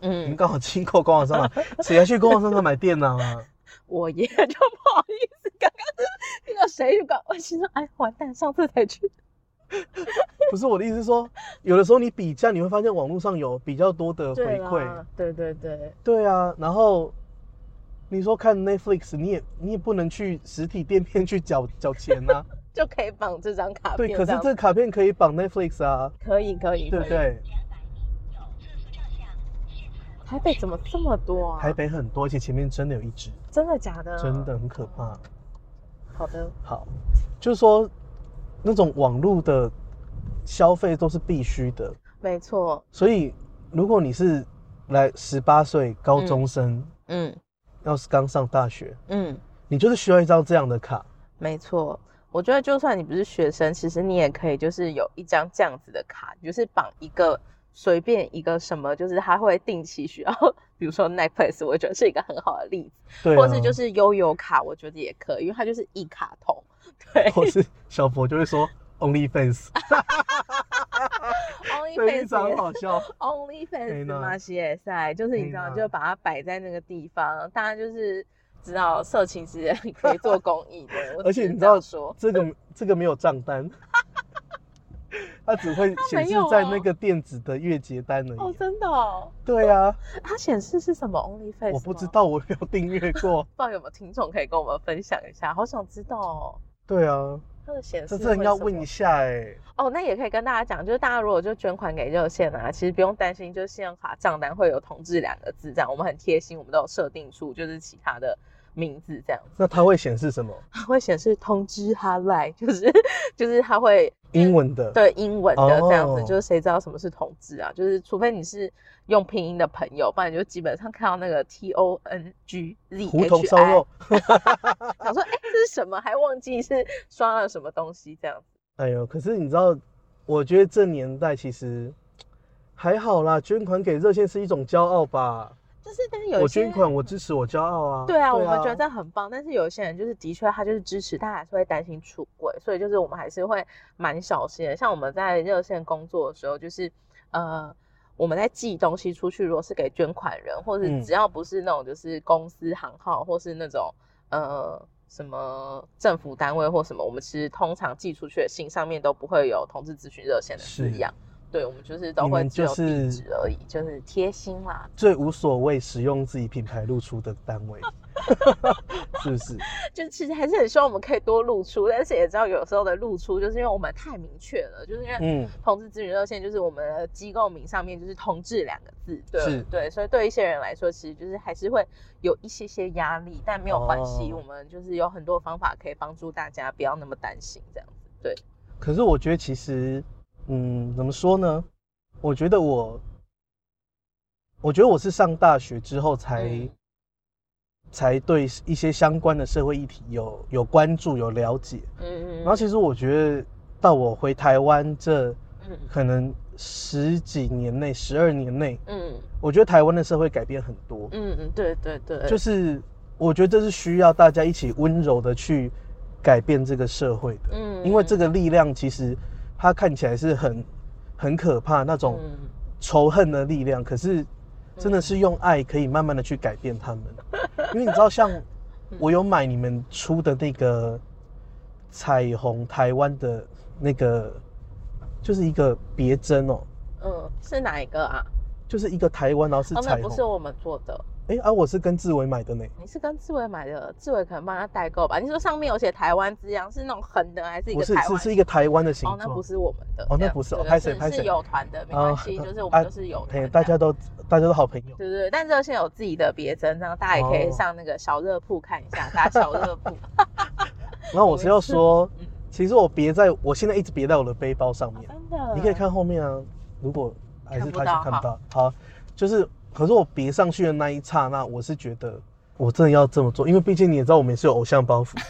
Speaker 1: 你们
Speaker 2: 嗯，
Speaker 1: 刚好经过光华商 场，谁还去光华商场买电脑啊？
Speaker 2: 我也就不好意思，刚刚那个谁就刚，我心说，哎，完蛋，上次才去，
Speaker 1: 不是我的意思是说，有的时候你比价，你会发现网络上有比较多的回馈
Speaker 2: 啦，，对对对，
Speaker 1: 对啊，然后。你说看 Netflix，你也你也不能去实体店面去缴缴钱 啊，
Speaker 2: 就可以绑这张卡
Speaker 1: 对，
Speaker 2: 片
Speaker 1: 可是
Speaker 2: 样
Speaker 1: 这个卡片可以绑 Netflix 啊，
Speaker 2: 可以可以，
Speaker 1: 对不
Speaker 2: 可以
Speaker 1: 对？
Speaker 2: 台北怎么这么多啊？
Speaker 1: 台北很多，而且前面真的有一只，
Speaker 2: 真的假的？
Speaker 1: 真的。很可怕。
Speaker 2: 好的，
Speaker 1: 好，就是说那种网络的消费都是必须的，
Speaker 2: 没错，
Speaker 1: 所以如果你是来十八岁高中生，
Speaker 2: 嗯
Speaker 1: 要是刚上大学，
Speaker 2: 嗯，
Speaker 1: 你就是需要一张这样的卡，
Speaker 2: 没错。我觉得就算你不是学生，其实你也可以就是有一张这样子的卡，就是绑一个随便一个什么，就是它会定期需要， 比如说 Netflix，我觉得是一个很好的例子，
Speaker 1: 对、啊，
Speaker 2: 或是就，是悠游卡，我觉得也可以，因为它就是一卡通。对
Speaker 1: 或是小佛就会说 OnlyFans，对， 非常
Speaker 2: ，OnlyFans
Speaker 1: 好笑。
Speaker 2: OnlyFans
Speaker 1: 呢
Speaker 2: 嘛，CSI 就是
Speaker 1: 可
Speaker 2: 你知
Speaker 1: 以
Speaker 2: 道，
Speaker 1: 呢
Speaker 2: 就把它摆在那个地方，大家就是知道色情其实也可以做公 益的。我
Speaker 1: 而
Speaker 2: 只
Speaker 1: 且
Speaker 2: 是
Speaker 1: 你知
Speaker 2: 这样
Speaker 1: 道
Speaker 2: 说，
Speaker 1: 这个这个没有账单， 它只会显示
Speaker 2: 有
Speaker 1: 在
Speaker 2: 哦
Speaker 1: 那个电子的月结单而已。
Speaker 2: 哦，真的哦，
Speaker 1: 对啊，
Speaker 2: 它显示是什么 OnlyFans？
Speaker 1: 我不知
Speaker 2: 吗，
Speaker 1: 道，我没有订阅 过。
Speaker 2: 不知道有没有听众可以跟我们分享一下，好想知道哦。
Speaker 1: 对啊，
Speaker 2: 它的显示
Speaker 1: 这真的要问一
Speaker 2: 下
Speaker 1: 下哎、
Speaker 2: 哦，那也可以跟大家讲，就是大家如果就捐款给热线啊，其实不用担心，就是信用卡账单会有“同志”两个字这样，我们很贴心，我们都有设定出就是其他的名字这样。
Speaker 1: 那它会显示什么？
Speaker 2: 会显示通知 highlight，就是就是它会
Speaker 1: 英文的。，
Speaker 2: 对英文的这样子，
Speaker 1: 哦
Speaker 2: 就是谁知道什么是同志啊？就是除非你是用拼音的朋友，不然你就基本上看到那个 T O N G Z
Speaker 1: 胡同
Speaker 2: H
Speaker 1: 烧
Speaker 2: I，
Speaker 1: 肉。
Speaker 2: 想说哎、诶这是什么？还忘记是刷了什么东西这样子。
Speaker 1: 哎呦，可是你知道，我觉得这年代其实还好啦，捐款给热线是一种骄傲吧。
Speaker 2: 就是但是有一
Speaker 1: 我
Speaker 2: 些
Speaker 1: 捐款，我支持，我骄傲啊。
Speaker 2: 对啊，我们觉得这样很棒。但是有一些人就是的确他就是支持，但还是会担心出轨，所以就是我们还是会蛮小心的。像我们在热线工作的时候，就是呃。我们在寄东西出去，如果是给捐款人，或是
Speaker 1: 嗯
Speaker 2: 只要不是那种就是公司行号，或是那种呃什么政府单位或什么，我们其实通常寄出去的信上面都不会有同志咨询热线的字
Speaker 1: 是
Speaker 2: 样。对，我们就是都
Speaker 1: 你
Speaker 2: 会
Speaker 1: 们
Speaker 2: 只有
Speaker 1: 就是
Speaker 2: 地址而已，就是贴心啦。
Speaker 1: 最无所谓使用自己品牌露出的单 位，是不是？
Speaker 2: 就其实还是很希望我们可以多露出，但是也知道有时候的露出，就是因为我们太明确了，就是因为
Speaker 1: 嗯，
Speaker 2: 同志咨询热线就是我们的机构名上面就是“同志”两个字，
Speaker 1: 是
Speaker 2: 对对，所以对一些人来说，其实就是还是会有一些些压力，但没有关系，
Speaker 1: 哦
Speaker 2: 我们就是有很多方法可以帮助大家不要那么担心这样子。对，
Speaker 1: 可是我觉得其实，嗯，怎么说呢？我觉得我，我觉得我是上大学之后才、
Speaker 2: 嗯
Speaker 1: 才对一些相关的社会议题有有关注、有了解。
Speaker 2: 嗯
Speaker 1: 然后其实我觉得，到我回台湾这
Speaker 2: 嗯
Speaker 1: 可能十几年内、十二年内，
Speaker 2: 嗯
Speaker 1: 我觉得台湾的社会改变很多。
Speaker 2: 嗯嗯，对对对，
Speaker 1: 就是我觉得这是需要大家一起温柔的去改变这个社会的。
Speaker 2: 嗯
Speaker 1: 因为这个力量其实它看起来是很很可怕那种
Speaker 2: 嗯
Speaker 1: 仇恨的力量，可是真的是用爱可以慢慢的去改变 他们。因为你知道，像我有买你们出的那个彩虹台湾的那个，就是一个别针哦，
Speaker 2: 嗯是哪一个啊？
Speaker 1: 就是一个台湾，然后是
Speaker 2: 哦，那
Speaker 1: 彩
Speaker 2: 不
Speaker 1: 虹
Speaker 2: 是。我们做的，
Speaker 1: 哎、啊，我是跟志伟买的呢，
Speaker 2: 你是跟志伟买的，志伟可能帮他代购吧？你说上面有写台湾字样，是那种横的还是一
Speaker 1: 不
Speaker 2: 个
Speaker 1: 是
Speaker 2: 台
Speaker 1: 是
Speaker 2: 湾？
Speaker 1: 是一个台湾的形
Speaker 2: 哦
Speaker 1: 状，。
Speaker 2: 那不是我们的
Speaker 1: 哦那
Speaker 2: 这样
Speaker 1: 不是哦
Speaker 2: 对
Speaker 1: 拍谁
Speaker 2: 是
Speaker 1: 拍
Speaker 2: 是
Speaker 1: 谁
Speaker 2: 有团的，没
Speaker 1: 哦
Speaker 2: 关系，就是我
Speaker 1: 啊
Speaker 2: 们就是有
Speaker 1: 嘿
Speaker 2: 团。
Speaker 1: 大家都大家都好朋友。
Speaker 2: 对对对，但热线有自己的别针，这样大家也可以
Speaker 1: 哦
Speaker 2: 上那个小热铺看一下，打 小热铺。
Speaker 1: 然后我是要说
Speaker 2: 嗯，
Speaker 1: 其实我别在我现在一直别在我的背包上面，
Speaker 2: 真的，
Speaker 1: 你可以看后面啊。如果还是他啊想看不
Speaker 2: 看不
Speaker 1: 到，好，就是可是我别上去的那一刹那，我是觉得我真的要这么 做，因为毕竟你也知道我们也是有偶像包袱的。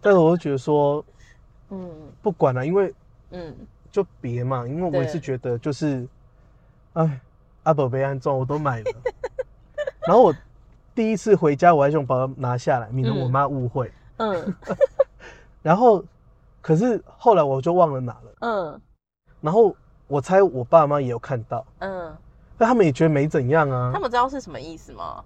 Speaker 1: 但是我就觉得说，
Speaker 2: 嗯
Speaker 1: 不管了、因为
Speaker 2: 嗯，
Speaker 1: 就别嘛，因为我也是
Speaker 2: 对
Speaker 1: 觉得就是，哎，阿宝贝安装我都买了， 然后我第一次回家我还想把它拿下来，免得我
Speaker 2: 嗯
Speaker 1: 妈误会。
Speaker 2: 嗯
Speaker 1: 然后，可是后来我就忘了拿了，
Speaker 2: 嗯
Speaker 1: 然后我猜我爸妈也有看到，
Speaker 2: 嗯，
Speaker 1: 但他们也觉得没怎样
Speaker 2: 他
Speaker 1: 啊，
Speaker 2: 们知道是什么意思吗？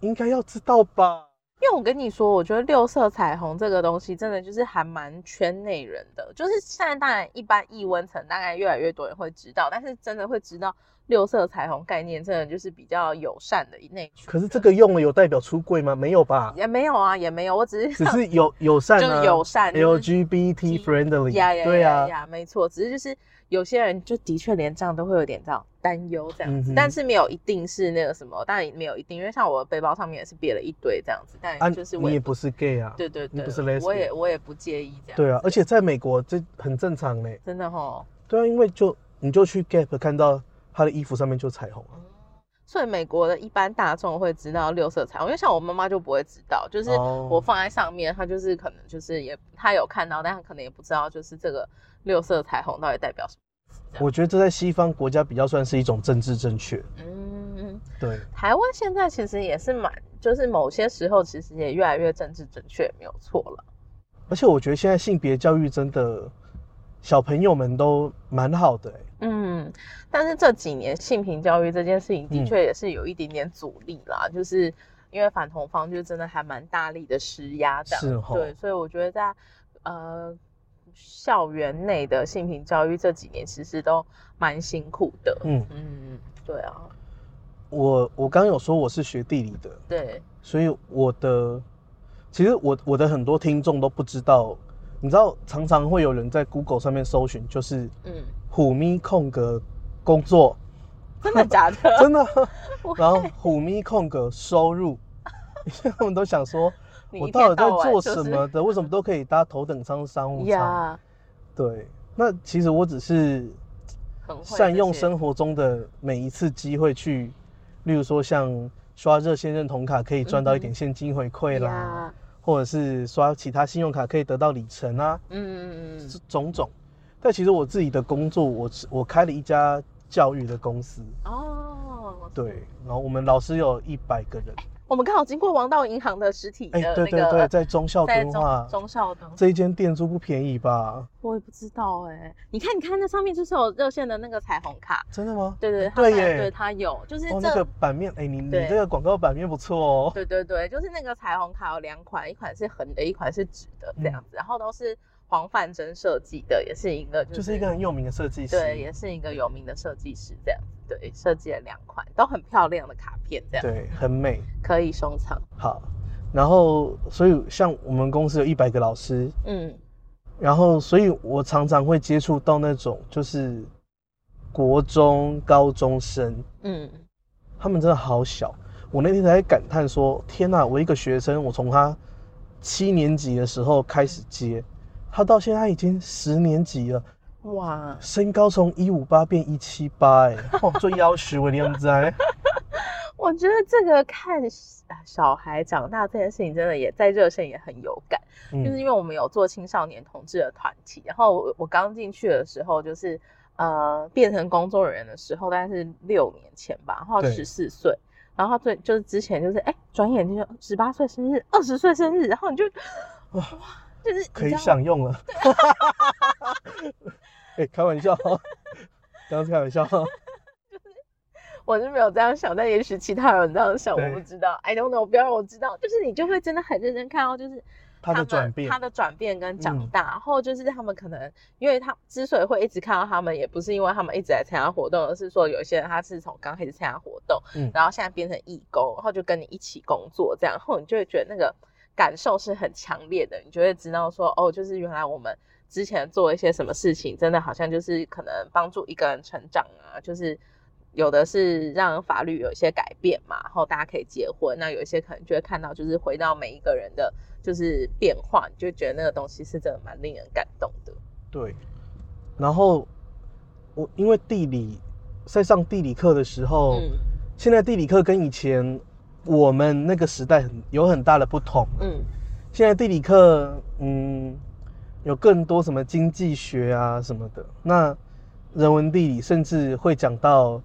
Speaker 1: 应该要知道吧？
Speaker 2: 因为我跟你说，我觉得六色彩虹这个东西真的就是还蛮圈内人的，就是现在当然一般异温层大概越来越多人会知道，但是真的会知道六色彩虹概念，真的就是比较友善的一那一群人。
Speaker 1: 可是这个用了有代表出柜吗？没有 吧？
Speaker 2: 也没有啊，也没有，我只
Speaker 1: 只
Speaker 2: 是
Speaker 1: 是友友善
Speaker 2: 就
Speaker 1: 啊，
Speaker 2: 是友善就是
Speaker 1: LGBT friendly，
Speaker 2: 呀呀
Speaker 1: 对
Speaker 2: 呀
Speaker 1: 啊，
Speaker 2: 呀，没错，只是就是有些人就的确连这样都会有点这样担忧这样
Speaker 1: 嗯
Speaker 2: 子，
Speaker 1: 哼
Speaker 2: 但是没有一定是那个什么，当然也没有一定，因为像我的背包上面也是别了一堆这样子，
Speaker 1: 啊，
Speaker 2: 但就是我
Speaker 1: 你也不是 gay 啊，
Speaker 2: 对对对，
Speaker 1: 你不是
Speaker 2: 我
Speaker 1: lesbian
Speaker 2: 也我也不介意这样，
Speaker 1: 对啊，而且在美国这很正常嘞，
Speaker 2: 真的吼。
Speaker 1: 对啊，因为就你就去 Gap 看到他的衣服上面就彩虹啊，
Speaker 2: 所以美国的一般大众会知道六色彩虹，因为像我妈妈就不会知道，就是
Speaker 1: 哦
Speaker 2: 我放在上面，她就是可能就是也她有看到，但她可能也不知道就是这个六色彩虹到底代表什么。
Speaker 1: 我觉得这在西方国家比较算是一种政治正确，
Speaker 2: 嗯，
Speaker 1: 对，
Speaker 2: 台湾现在其实也是蛮，就是某些时候其实也越来越政治准确，没有错了。
Speaker 1: 而且我觉得现在性别教育真的小朋友们都蛮好的、欸，
Speaker 2: 嗯，但是这几年性平教育这件事情的
Speaker 1: 嗯
Speaker 2: 确也是有一点点阻力啦，就是因为反同方就真的还蛮大力的施压这样，
Speaker 1: 是吼
Speaker 2: 对，所以我觉得在呃校园内的性平教育这几年其实都蛮辛苦的，
Speaker 1: 嗯，
Speaker 2: 嗯，对啊，
Speaker 1: 我我刚有说我是学地理的，
Speaker 2: 对，
Speaker 1: 所以我的其实我我的很多听众都不知道，你知道常常会有人在 Google 上面搜寻，就是
Speaker 2: 嗯，
Speaker 1: 虎咪空格工 作，
Speaker 2: 真的假的？
Speaker 1: 真的啊，
Speaker 2: 我
Speaker 1: 然后虎咪空格收入，他们都想说
Speaker 2: 你
Speaker 1: 我
Speaker 2: 一
Speaker 1: 到底在
Speaker 2: 天到晚
Speaker 1: 做
Speaker 2: 就
Speaker 1: 什
Speaker 2: 是
Speaker 1: 么的，为什么都可以搭头等舱、商务舱？
Speaker 2: 呀，
Speaker 1: 对，那其实我只是
Speaker 2: 很会
Speaker 1: 善
Speaker 2: 这
Speaker 1: 用
Speaker 2: 些
Speaker 1: 生活中的每一次机会去，例如说像刷热线认同卡可以赚到一点
Speaker 2: 嗯
Speaker 1: 现金回馈啦。
Speaker 2: 呀
Speaker 1: 或者是刷其他信用卡可以得到里程啊，
Speaker 2: 嗯嗯嗯
Speaker 1: 这种种。但其实我自己的工作，我是我开了一家教育的公司，
Speaker 2: 嗯，哦，
Speaker 1: 对，然后我们老师有一百个人，
Speaker 2: 我们刚好经过王道银行的实体的
Speaker 1: 哎、
Speaker 2: 那个，
Speaker 1: 对对对，在中校
Speaker 2: 在
Speaker 1: 敦
Speaker 2: 中
Speaker 1: 化
Speaker 2: 中校的，
Speaker 1: 这一间店租不便宜吧？
Speaker 2: 我也不知道哎、你看，你看，那上面就是有热线的那个彩虹卡，
Speaker 1: 真的吗？
Speaker 2: 对对，它
Speaker 1: 对
Speaker 2: 本来
Speaker 1: 耶
Speaker 2: 对它有，就是这，
Speaker 1: 哦，那个版面，哎、你你
Speaker 2: 对
Speaker 1: 这个广告版面不错哦。
Speaker 2: 对对对，就是那个彩虹卡有两款，一款是横的，一款是直的
Speaker 1: 嗯
Speaker 2: 这样子，然后都是黄范珍设计的，也是一个就是、
Speaker 1: 就是一个很有名的设计师，
Speaker 2: 对，也是一个有名的设计师这样子，对，设计了两款都很漂亮的卡片，这样
Speaker 1: 对，很美。
Speaker 2: 可以收藏，
Speaker 1: 好，然后所以像我们公司有一百个老师，
Speaker 2: 嗯
Speaker 1: 然后，所以我常常会接触到那种就是国中、高中生，
Speaker 2: 嗯
Speaker 1: 他们真的好小。我那天才感叹说：“天呐，我一个学生，我从他七年级的时候开始接，他到现在已经十年级了，
Speaker 2: 哇，
Speaker 1: 身高从一五八变一七八，哎，哦，最要求我的样子哎。
Speaker 2: 我觉得这个看啊小孩长大这件事情，真的也在热线也很有感，就是
Speaker 1: 嗯
Speaker 2: 因为我们有做青少年同志的团体，然后我我刚进去的时候就是呃变成工作人员的时候，大概是六年前吧，然后
Speaker 1: 对
Speaker 2: 十四岁。然后最就是之前就是哎，转眼就十八岁生日，二十岁生日，然后你就哇，就是你
Speaker 1: 可
Speaker 2: 知
Speaker 1: 以
Speaker 2: 道
Speaker 1: 享用 了。哎、开玩笑哦，刚刚是开玩笑 哦。
Speaker 2: 我是没有这样想，但也许其他人这样想，
Speaker 1: 对
Speaker 2: 我不知道，I don't know，不要让我知道。就是你就会真的很认真看到，就是
Speaker 1: 他的
Speaker 2: 们
Speaker 1: 转变
Speaker 2: 他的转变跟长
Speaker 1: 嗯
Speaker 2: 大，然后就是他们可能，因为他之所以会一直看到他们，也不是因为他们一直在参加活动，而是说有一些人他是从刚开始参加活动，
Speaker 1: 嗯
Speaker 2: 然后现在变成义工，然后就跟你一起工作这样，然后你就会觉得那个感受是很强烈的，你就会知道说，哦，就是原来我们之前做一些什么事情，真的好像就是可能帮助一个人成长啊，就是。有的是让法律有一些改变嘛，然后大家可以结婚。那有一些可能就会看到，就是回到每一个人的就是变化，你就觉得那个东西是真的蛮令人感动的。
Speaker 1: 对，然后我因为地理在上地理课的时候，
Speaker 2: 嗯
Speaker 1: 现在地理课跟以前我们那个时代很有很大的不同。
Speaker 2: 嗯
Speaker 1: 现在地理课，嗯，有更多什么经济学啊什么的。那人文地理甚至会讲到，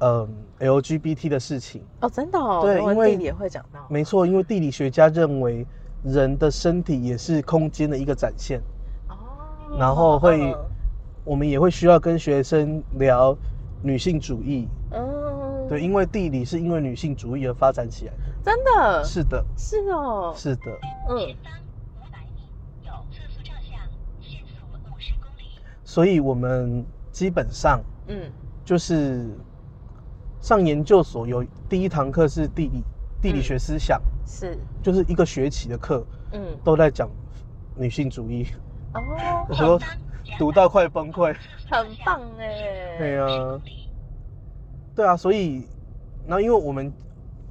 Speaker 1: 嗯、LGBT 的事情。
Speaker 2: 哦，真的哦，
Speaker 1: 对
Speaker 2: 人文
Speaker 1: 因为
Speaker 2: 地理也会讲到，
Speaker 1: 没错，因为地理学家认为人的身体也是空间的一个展现。
Speaker 2: 哦，
Speaker 1: 然后会
Speaker 2: 嗯
Speaker 1: 我们也会需要跟学生聊女性主义，
Speaker 2: 嗯，
Speaker 1: 对，因为地理是因为女性主义而发展起来的。
Speaker 2: 真的
Speaker 1: 是的，
Speaker 2: 是哦，
Speaker 1: 是的。
Speaker 2: 嗯，
Speaker 3: 三五百米有测速照相，限速五十公里。
Speaker 1: 所以我们基本上
Speaker 2: 嗯，
Speaker 1: 就是上研究所有第一堂课是地理地理学思想，
Speaker 2: 是，
Speaker 1: 就是一个学期的课
Speaker 2: 嗯，
Speaker 1: 都在讲女性主义，
Speaker 2: 哦，
Speaker 1: 我都读到快崩溃。
Speaker 2: 很棒哎，
Speaker 1: 对啊，对啊，所以那因为我们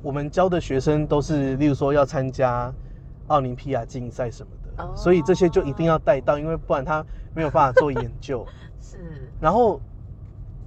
Speaker 1: 我们教的学生都是，例如说要参加奥林匹亚竞赛什么的，
Speaker 2: 哦
Speaker 1: 所以这些就一定要带到，因为不然他没有办法做研究。
Speaker 2: 是，
Speaker 1: 然后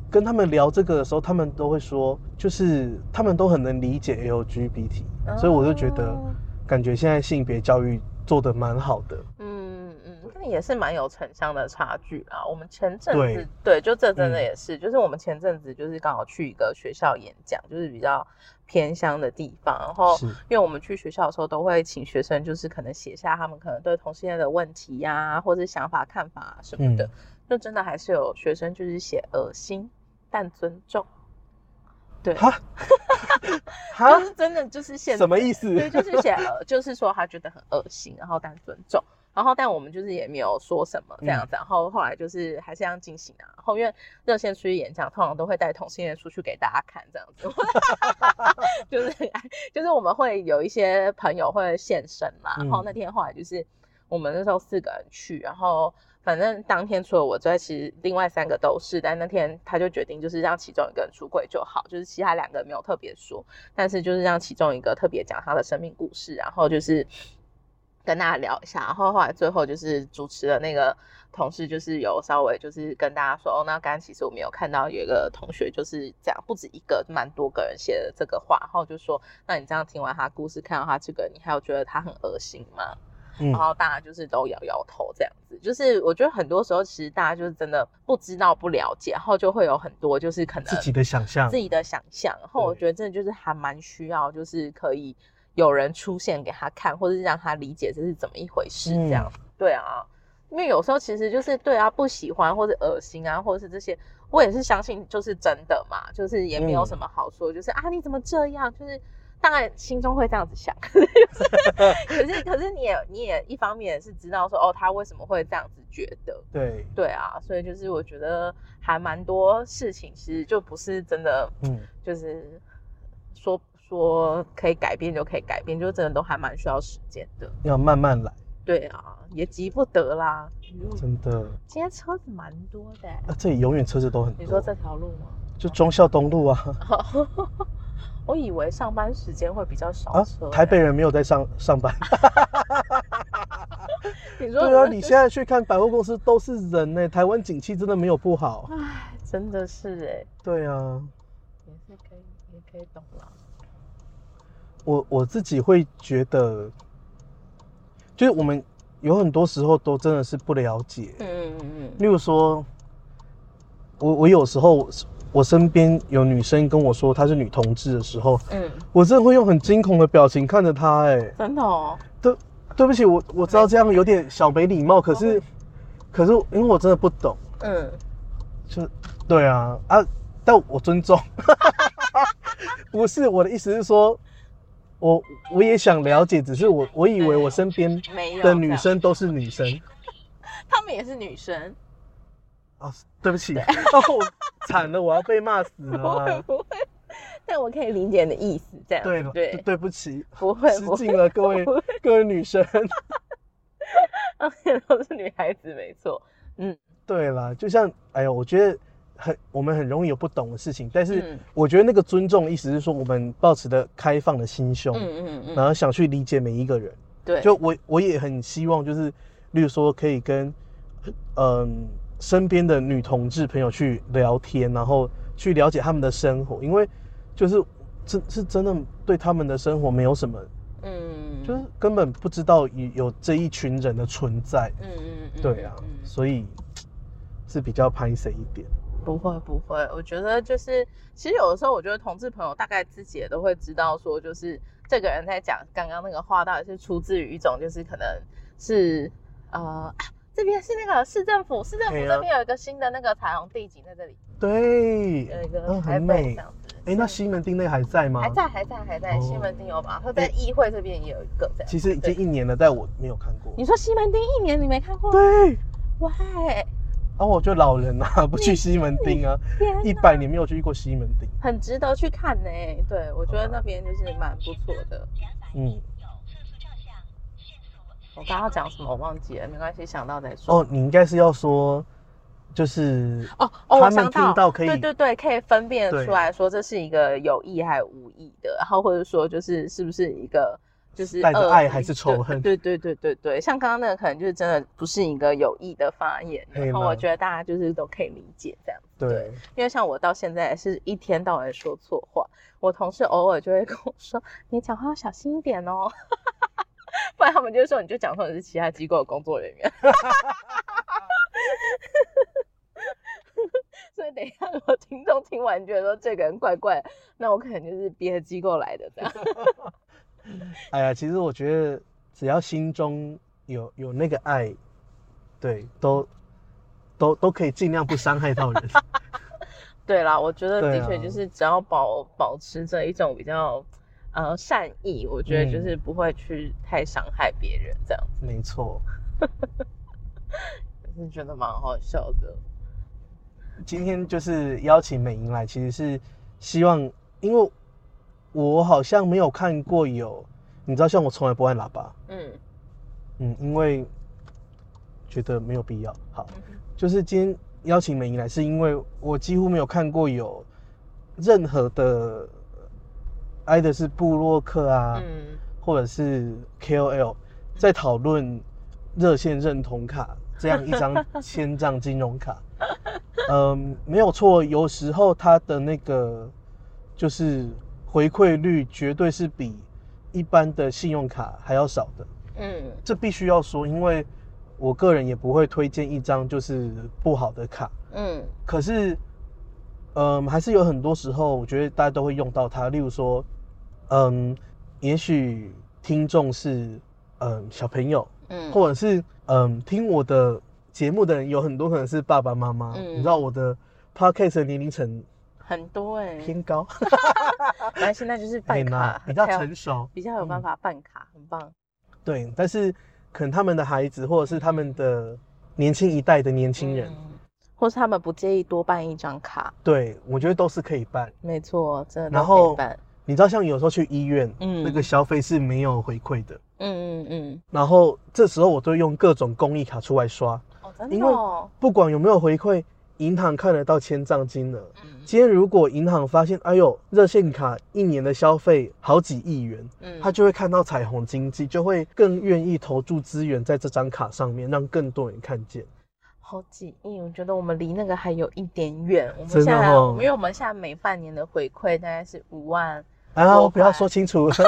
Speaker 1: 跟他们聊这个的时候，他们都会说，就是他们都很能理解 LGBT，、所以我就觉得
Speaker 2: 哦，
Speaker 1: 感觉现在性别教育做得蛮好的。
Speaker 2: 嗯嗯，那也是蛮有城乡的差距啦。我们前阵
Speaker 1: 对
Speaker 2: 子对，就这真的
Speaker 1: 嗯
Speaker 2: 也是，就是我们前阵子就是刚好去一个学校演讲，就是比较偏乡的地方，然后
Speaker 1: 是
Speaker 2: 因为我们去学校的时候都会请学生，就是可能写下他们可能对同性恋的问题呀、或者想法、看法啊什么的，
Speaker 1: 嗯
Speaker 2: 就真的还是有学生就是写恶心但尊重，对，
Speaker 1: 哈 哈
Speaker 2: 就，是真的就是现
Speaker 1: 啊什么意思？
Speaker 2: 对，就是写 呃，就是说他觉得很恶心，然后但尊重，然后但我们就是也没有说什么这
Speaker 1: 嗯
Speaker 2: 样子，然后后来就是还是这样进行啊。然后因为热线出去演讲，通常都会带同性恋出去给大家看这样 子， 就是就是我们会有一些朋友会现身嘛，
Speaker 1: 嗯
Speaker 2: 然后那天后来就是我们那时候四个人去，然后。反正当天除了我之外，其实另外三个都是。但那天他就决定，就是让其中一个人出柜就好，就是其他两个没有特别说。但是就是让其中一个特别讲他的生命故事，然后就是跟大家聊一下，然后后来最后就是主持的那个同事就是有稍微就是跟大家说，哦，那刚刚其实我们有看到有一个同学就是这样，不止一个，蛮多个人写的这个话，然后就说，那你这样听完他故事，看到他这个，你还有觉得他很恶心吗？
Speaker 1: 嗯
Speaker 2: 然后大家就是都摇摇头这样子。就是我觉得很多时候其实大家就是真的不知道不了解，然后就会有很多就是可能
Speaker 1: 自己的想象
Speaker 2: 自，己的想象，然后我
Speaker 1: 对
Speaker 2: 觉得真的就是还蛮需要，就是可以有人出现给他看，或者是让他理解这是怎么一回事这样。
Speaker 1: 嗯
Speaker 2: 对啊，因为有时候其实就是对啊不喜欢或者恶心啊，或者是这些，我也是相信就是真的嘛，就是也没有
Speaker 1: 嗯
Speaker 2: 什么好说，就是啊你怎么这样，就是。当然，心中会这样 子想，可是就是可是可是你也你也一方面也是知道说哦，他为什么会这样子觉得，
Speaker 1: 对，
Speaker 2: 对啊，所以就是我觉得还蛮多事情，其实就不是真的，
Speaker 1: 嗯，
Speaker 2: 就是说说可以改变就可以改变，就真的都还蛮需要时间的。
Speaker 1: 要慢慢来，
Speaker 2: 对啊，也急不得啦。嗯
Speaker 1: 真的。
Speaker 2: 今天车子蛮多的欸、
Speaker 1: 啊，这里永远车子都很多。
Speaker 2: 你说这条路吗？
Speaker 1: 就忠孝东路啊
Speaker 2: 我以为上班时间会比较少
Speaker 1: 啊
Speaker 2: 车、，
Speaker 1: 台北，人没有在上上 班。
Speaker 2: 你说
Speaker 1: 对啊， 你现在去看百货公司都是人呢、台湾景气真的没有不好。
Speaker 2: 哎，真的是哎、
Speaker 1: 对啊，
Speaker 2: 也是可以，也可以懂啦。
Speaker 1: 我我自己会觉得，就是我们有很多时候都真的是不了解。
Speaker 2: 嗯嗯嗯
Speaker 1: 例如说，我我有时候我身边有女生跟我说她是女同志的时候，
Speaker 2: 嗯，
Speaker 1: 我真的会用很惊恐的表情看着她、哎，
Speaker 2: 真的哦，
Speaker 1: 对，对不起，我我知道这样有点小没礼貌，可是，可是因为我真的不懂，
Speaker 2: 嗯，
Speaker 1: 就对啊啊，但我尊重。 不是我的意思是说，我我也想了解，只是我我以为我身边
Speaker 2: 没有
Speaker 1: 的女
Speaker 2: 这样，
Speaker 1: 生都是女生
Speaker 2: 她们也是女生，
Speaker 1: 啊，对不起， 哦，惨了，我要被骂死了
Speaker 2: 不会
Speaker 1: 啊。
Speaker 2: 不会，但我可以理解你的意思，这样
Speaker 1: 对了，
Speaker 2: 了，
Speaker 1: 对
Speaker 2: 对，
Speaker 1: 对不起，
Speaker 2: 不会
Speaker 1: 失
Speaker 2: 不会，
Speaker 1: 敬了各位
Speaker 2: 不 会
Speaker 1: 各位女生。
Speaker 2: 都是女孩子，没错，
Speaker 1: 对啦，就像哎呀，我觉得很我们很容易有不懂的事情，但是
Speaker 2: 嗯
Speaker 1: 我觉得那个尊重，意思是说我们保持的开放的心胸，
Speaker 2: 嗯嗯嗯，
Speaker 1: 然后想去理解每一个人。
Speaker 2: 对，
Speaker 1: 就我我也很希望，就是例如说可以跟嗯、身边的女同志朋友去聊天，然后去了解他们的生活，因为就是真是真的对他们的生活没有什么，
Speaker 2: 嗯，
Speaker 1: 就是根本不知道有有这一群人的存在。
Speaker 2: 嗯嗯嗯嗯
Speaker 1: 对啊，
Speaker 2: 嗯
Speaker 1: 所以是比较拍谁一点。
Speaker 2: 不会不会，我觉得就是，其实有的时候，我觉得同志朋友大概自己也都会知道，说就是这个人在讲刚刚那个话，到底是出自于一种就是可能是呃、啊这边是那个市政府，市政府
Speaker 1: 对啊
Speaker 2: 这边有一个新的那个彩虹地景在这里，
Speaker 1: 对，
Speaker 2: 有一个
Speaker 1: 嗯
Speaker 2: 台
Speaker 1: 很
Speaker 2: 北
Speaker 1: 美
Speaker 2: 这。样子。
Speaker 1: 哎、那西门町那还在吗？
Speaker 2: 还在还在还在，
Speaker 1: 哦
Speaker 2: 西门町有吧？他在
Speaker 1: 哎
Speaker 2: 议会这边也有一个这样。
Speaker 1: 其实已经一年了，但我没有看过。
Speaker 2: 你说西门町一年你没看过？
Speaker 1: 对，
Speaker 2: 哇，
Speaker 1: 然后我就老人 啊，不去西门町啊，
Speaker 2: 天哪
Speaker 1: 一百年没有去过西门町。
Speaker 2: 很值得去看呢、对，我觉得那边就是蛮不错的。
Speaker 1: 嗯，
Speaker 2: 我刚刚讲什么我忘记了，没关系，想到再说。
Speaker 1: 哦，你应该是要说，就是
Speaker 2: 哦哦，
Speaker 1: 他
Speaker 2: 我
Speaker 1: 们
Speaker 2: 想
Speaker 1: 听到可以
Speaker 2: 对对对，可以分辨
Speaker 1: 对
Speaker 2: 出来说这是一个有意还无意的，然后或者说就是是不是一个就是
Speaker 1: 带着
Speaker 2: 恶意
Speaker 1: 爱还是仇恨
Speaker 2: 对对对对对对，像刚刚那个可能就是真的不是一个有意的发言，
Speaker 1: 嘿
Speaker 2: 然后
Speaker 1: 嘛
Speaker 2: 哦我觉得大家就是都可以理解这样，
Speaker 1: 对，
Speaker 2: 因为像我到现在是一天到晚说错话，我同事偶尔就会跟我说你讲话要小心一点哦， 不然他们就说你就讲说你是其他机构的工作人员。 所以等一下，如果听众听完觉得说这个人怪怪，那我可能就是别的机构来的这样。
Speaker 1: 哎呀，其实我觉得只要心中有有那个爱，对，都都都可以尽量不伤害到 人。
Speaker 2: 对啦，我觉得
Speaker 1: 对
Speaker 2: 的
Speaker 1: 啊
Speaker 2: 确就是只要保、保持着一种比较呃善意，我觉
Speaker 1: 嗯
Speaker 2: 得就是不会去太伤害别人这样，
Speaker 1: 没错，
Speaker 2: 就是觉得蛮好笑的。
Speaker 1: 今天就是邀请美莹来，其实是希望，因为我好像没有看过有，你知道，像我从来不按喇叭，
Speaker 2: 嗯，
Speaker 1: 嗯，因为觉得没有必要。好，就是今天邀请美莹来，是因为我几乎没有看过有任何的，挨的是布洛克啊，
Speaker 2: 嗯，
Speaker 1: 或者是 KOL 在讨论热线认同卡这样一张千账金融卡。嗯，没有错，有时候它的那个就是回馈率绝对是比一般的信用卡还要少的，
Speaker 2: 嗯
Speaker 1: 这必须要说，因为我个人也不会推荐一张就是不好的卡。
Speaker 2: 嗯
Speaker 1: 可是，嗯，还是有很多时候，我觉得大家都会用到它。例如说，嗯，也许听众是嗯小朋友，
Speaker 2: 嗯，
Speaker 1: 或者是嗯听我的节目的人，有很多可能是爸爸妈妈。
Speaker 2: 嗯
Speaker 1: 你知道我的 podcast 的年龄层
Speaker 2: 很多哎、 欸，
Speaker 1: 偏高，
Speaker 2: 反正现在就是
Speaker 1: 哎
Speaker 2: 办卡
Speaker 1: 比较
Speaker 2: 才有
Speaker 1: 成熟，
Speaker 2: 比较有办
Speaker 1: 嗯
Speaker 2: 法办卡，很棒。
Speaker 1: 对。但是可能他们的孩子，或者是他们的年轻一代的年轻人，
Speaker 2: 嗯或是他们不介意多办一张卡，
Speaker 1: 对我觉得都是可以办。
Speaker 2: 没错，真的都
Speaker 1: 然
Speaker 2: 可以
Speaker 1: 后
Speaker 2: 办。
Speaker 1: 你知道，像有时候去医院，
Speaker 2: 嗯
Speaker 1: 那个消费是没有回馈的。
Speaker 2: 嗯嗯嗯，
Speaker 1: 然后这时候我都用各种公益卡出来刷，
Speaker 2: 哦，真
Speaker 1: 因
Speaker 2: 的
Speaker 1: 为
Speaker 2: 哦，
Speaker 1: 不管有没有回馈，银行看得到千账金额。
Speaker 2: 嗯
Speaker 1: 今天如果银行发现，哎呦，热线卡一年的消费好几亿元，
Speaker 2: 嗯
Speaker 1: 他就会看到彩虹经济，就会更愿意投注资源在这张卡上面，让更多人看见。
Speaker 2: 好几亿，我觉得我们离那个还有一点远。我们
Speaker 1: 真
Speaker 2: 现
Speaker 1: 的
Speaker 2: 在，
Speaker 1: 哦
Speaker 2: 因为我们现在每半年的回馈大概是 五万，
Speaker 1: 啊，
Speaker 2: 我
Speaker 1: 我不要说清楚，
Speaker 2: 啊这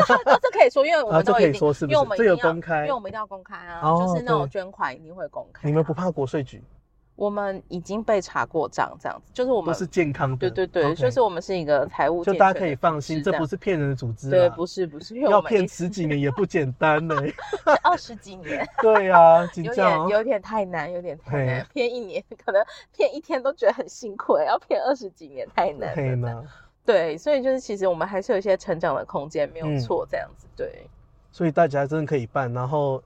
Speaker 2: 可以说，因为我
Speaker 1: 啊
Speaker 2: 们
Speaker 1: 这
Speaker 2: 都
Speaker 1: 可
Speaker 2: 一
Speaker 1: 以
Speaker 2: 定，
Speaker 1: 说是不
Speaker 2: 因为我
Speaker 1: 是
Speaker 2: 们
Speaker 1: 这
Speaker 2: 一定
Speaker 1: 有
Speaker 2: 要
Speaker 1: 公开
Speaker 2: 因为我们一定要公开啊，
Speaker 1: 哦
Speaker 2: 就是那种
Speaker 1: 对
Speaker 2: 捐款一定会公开啊。
Speaker 1: 你们不怕国税局？
Speaker 2: 我们已经被查过账，这样子，就是我
Speaker 1: 都
Speaker 2: 们
Speaker 1: 是健康
Speaker 2: 对
Speaker 1: 的，
Speaker 2: 对对
Speaker 1: OK
Speaker 2: 就是我们是一个财务
Speaker 1: 就
Speaker 2: 健
Speaker 1: 大家
Speaker 2: 全
Speaker 1: 可
Speaker 2: 的
Speaker 1: 以
Speaker 2: 组
Speaker 1: 放心，
Speaker 2: 织
Speaker 1: 这
Speaker 2: 样
Speaker 1: 不是骗人的组织啦，
Speaker 2: 对，不是不是，因为
Speaker 1: 要
Speaker 2: 我们
Speaker 1: 骗
Speaker 2: 一
Speaker 1: 十几年也不简单呢、
Speaker 2: 是 二十几年，
Speaker 1: 对呀、 紧
Speaker 2: 有
Speaker 1: 张
Speaker 2: 点
Speaker 1: 哦
Speaker 2: 有点太难，有点太难
Speaker 1: 嘿，
Speaker 2: 骗一年可能骗一天都觉得很辛苦，欸要骗二十几年太难
Speaker 1: 可以
Speaker 2: 了。
Speaker 1: 呢，
Speaker 2: 对，所以就是其实我们还是有一些成长的空间，没有
Speaker 1: 嗯
Speaker 2: 错，这样子对。
Speaker 1: 所以大家真的可以办。然后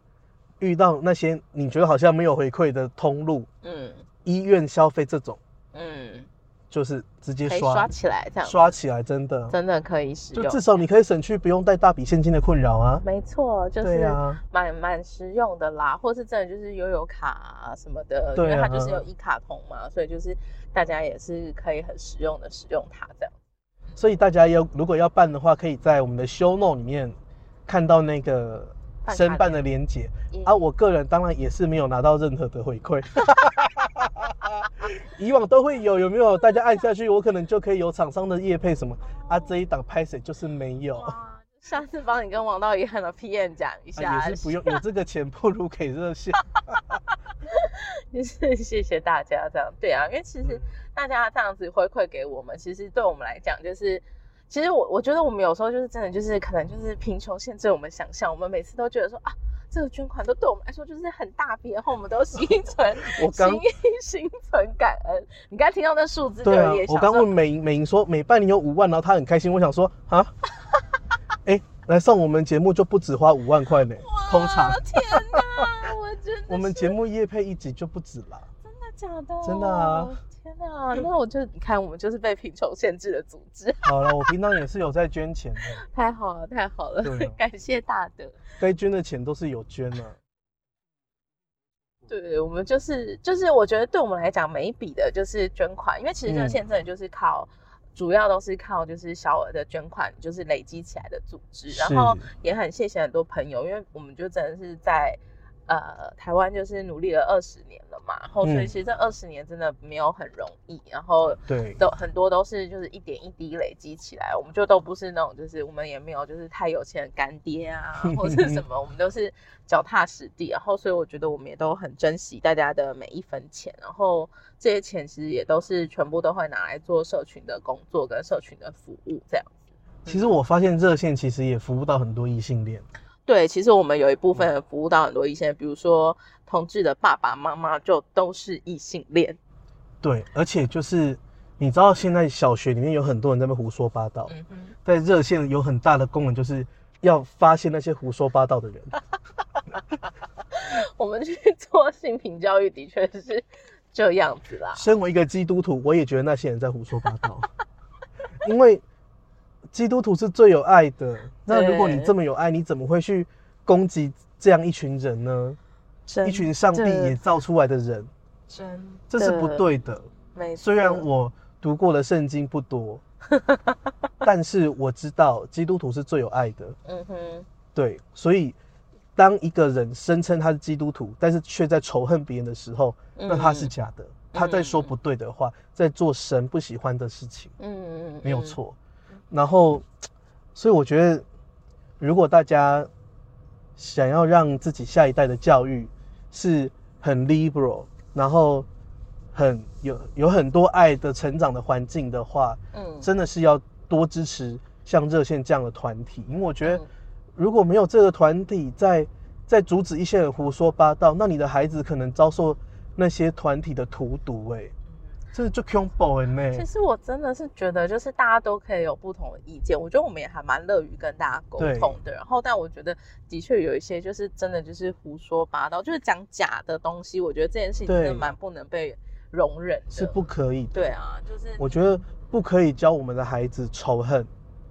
Speaker 1: 遇到那些你觉得好像没有回馈的通路、
Speaker 2: 嗯
Speaker 1: 医院消费这种，
Speaker 2: 嗯，
Speaker 1: 就是直接
Speaker 2: 可以
Speaker 1: 刷
Speaker 2: 刷起来，这样
Speaker 1: 刷起来，真的，
Speaker 2: 真的可以使
Speaker 1: 就
Speaker 2: 用
Speaker 1: 至。少你可以省去不用带大笔现金的困扰啊。
Speaker 2: 没错，就
Speaker 1: 对
Speaker 2: 是
Speaker 1: 啊
Speaker 2: 蛮蛮实用的啦，或是真的就是悠游卡啊什么的，因
Speaker 1: 对
Speaker 2: 为它
Speaker 1: 啊
Speaker 2: 就是有一卡通嘛，所以就是大家也是可以很实用的使用它这样。
Speaker 1: 所以大家要如果要办的话，可以在我们的 show note 里面看到那个
Speaker 2: 办卡
Speaker 1: 申办的连结
Speaker 2: 嗯
Speaker 1: 啊。我个人当然也是没有拿到任何的回馈， 以往都会有，有没有？大家按下去，我可能就可以有厂商的业配什么啊。这一档拍谁就是没有，啊、
Speaker 2: 哇，下次帮你跟王
Speaker 1: 啊
Speaker 2: 道一汉的 PM 讲一下，
Speaker 1: 也是不用有这个钱不如给热线。
Speaker 2: 就是谢谢大家这样。对啊，因为
Speaker 1: 嗯
Speaker 2: 其实大家这样子回馈给我们，其实对我们来讲就是。其实我我觉得我们有时候就是真的就是可能就是贫穷限制我们想象，我们每次都觉得说啊，这个捐款都对我们来说就是很大笔，然后我们都心存
Speaker 1: 我刚
Speaker 2: 心心存感恩。你刚听到那数字就
Speaker 1: 对啊
Speaker 2: 有点，
Speaker 1: 我
Speaker 2: 想
Speaker 1: 刚
Speaker 2: 说
Speaker 1: 问美美莹说每半年有五万，然后她很开心，我想说 啊，哎、来上我们节目就不止花五万块呢，通常
Speaker 2: 哇啊天 哪，我真的
Speaker 1: 我们
Speaker 2: 是
Speaker 1: 节目业配一集就不止啦。
Speaker 2: 真的假的？
Speaker 1: 真的啊！
Speaker 2: 天哪，那我就你看，我们就是被贫穷限制的组织，
Speaker 1: 好了，我平常也是有在捐钱的，
Speaker 2: 太好了，太好了，
Speaker 1: 对啊
Speaker 2: 感谢大德。
Speaker 1: 该捐的钱都是有捐啊的、嗯
Speaker 2: 对，我们就是就是，我觉得对我们来讲，每一笔的就是捐款，因为其实
Speaker 1: 嗯
Speaker 2: 热线真的就是靠。主要都是靠就是小额的捐款，就是累积起来的组织，然后
Speaker 1: 是
Speaker 2: 也很谢谢很多朋友，因为我们就真的是在呃台湾就是努力了二十年了嘛，然后所以
Speaker 1: 嗯
Speaker 2: 其实这二十年真的没有很容易，然后
Speaker 1: 对，
Speaker 2: 都很多都是就是一点一滴累积起来，我们就都不是那种就是我们也没有就是太有钱的干爹 啊或者是什么，我们都是脚踏实地。然后所以我觉得我们也都很珍惜大家的每一分钱，然后这些钱其实也都是全部都会拿来做社群的工作跟社群的服务这样。
Speaker 1: 其实我发现热线其实也服务到很多异性恋，
Speaker 2: 对，其实我们有一部分服务到很多异性恋，比如说同志的爸爸妈妈就都是异性恋。
Speaker 1: 对，而且就是你知道现在小学里面有很多人在那边胡说八道，
Speaker 2: 嗯哼，
Speaker 1: 在热线有很大的功能就是要发现那些胡说八道的人，
Speaker 2: 我们去做性平教育的确是这样子啦。
Speaker 1: 身为一个基督徒，我也觉得那些人在胡说八道， 因为基督徒是最有爱的。那如果你这么有爱，你怎么会去攻击这样一群人呢？一群上帝也造出来的人，
Speaker 2: 真
Speaker 1: 这是不
Speaker 2: 的。
Speaker 1: 对的。
Speaker 2: 没错，
Speaker 1: 虽然我读过的圣经不多，但是我知道基督徒是最有爱的。
Speaker 2: 嗯哼，
Speaker 1: 对，所以当一个人声称他是基督徒，但是却在仇恨别人的时候，
Speaker 2: 嗯
Speaker 1: 那他是假的，他在说不对的话，在做神不喜欢的事情，
Speaker 2: 嗯，
Speaker 1: 没有错。然后，所以我觉得，如果大家想要让自己下一代的教育是很 liberal，然后很有有很多爱的成长的环境的话，
Speaker 2: 嗯，嗯，
Speaker 1: 真的是要多支持像热线这样的团体，因为我觉得
Speaker 2: 嗯
Speaker 1: 如果没有这个团体在在阻止一些人胡说八道，那你的孩子可能遭受那些团体的荼毒、欸，哎，这就恐怖了哎呢
Speaker 2: 其。实我真的是觉得，就是大家都可以有不同的意见，我觉得我们也还蛮乐于跟大家沟通的。然后，但我觉得的确有一些就是真的就是胡说八道，就是讲假的东西，我觉得这件事情真的
Speaker 1: 对
Speaker 2: 蛮不能被容忍的。
Speaker 1: 是不可以的。
Speaker 2: 对啊，就是
Speaker 1: 我觉得不可以教我们的孩子仇恨，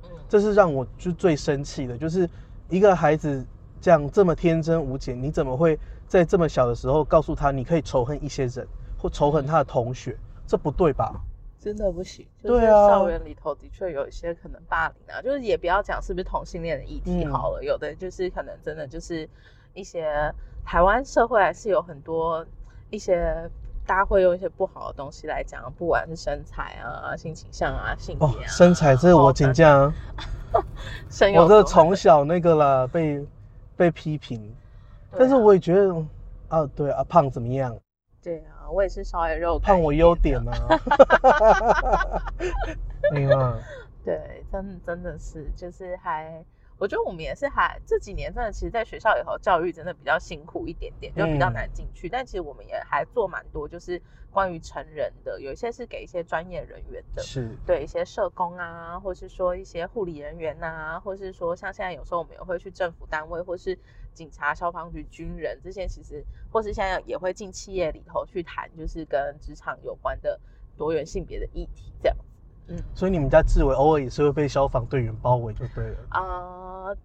Speaker 2: 嗯
Speaker 1: 这是让我就最生气的，就是一个孩子这样这么天真无邪，你怎么会在这么小的时候告诉他你可以仇恨一些人或仇恨他的同学？这不对吧？
Speaker 2: 真的不行。
Speaker 1: 对
Speaker 2: 就是
Speaker 1: 啊
Speaker 2: 校园里头的确有一些可能霸凌啊，就是也不要讲是不是同性恋的议题
Speaker 1: 嗯
Speaker 2: 好了，有的就是可能真的就是一些台湾社会还是有很多一些。大家会用一些不好的东西来讲，不管是身材啊、性倾向啊、性别
Speaker 1: 哦
Speaker 2: 啊、，
Speaker 1: 身材这我请假啊，
Speaker 2: 身有
Speaker 1: 我这
Speaker 2: 所
Speaker 1: 从
Speaker 2: 闻
Speaker 1: 小那个啦被被批评，
Speaker 2: 对啊
Speaker 1: 但是我也觉得啊，对啊，胖怎么样？
Speaker 2: 对啊，我也是稍微肉感
Speaker 1: 胖
Speaker 2: 一
Speaker 1: 我
Speaker 2: 点
Speaker 1: 优
Speaker 2: 的
Speaker 1: 点啊， 没啊嘛，
Speaker 2: 对，真真的是，就是还，我觉得我们也是还这几年真的，其实，在学校里头教育真的比较辛苦一点点，就比较
Speaker 1: 嗯
Speaker 2: 难进去。但其实我们也还做蛮多，就是关于成人的，有一些是给一些专业人员的，
Speaker 1: 是
Speaker 2: 对一些社工啊，或是说一些护理人员呐、或是说像现在有时候我们也会去政府单位，或是警察、消防局、军人这些，其实或是现在也会进企业里头去谈，就是跟职场有关的多元性别的议题这样子。嗯。
Speaker 1: 所以你们家志伟偶尔也是会被消防队员包围就对了。
Speaker 2: 啊、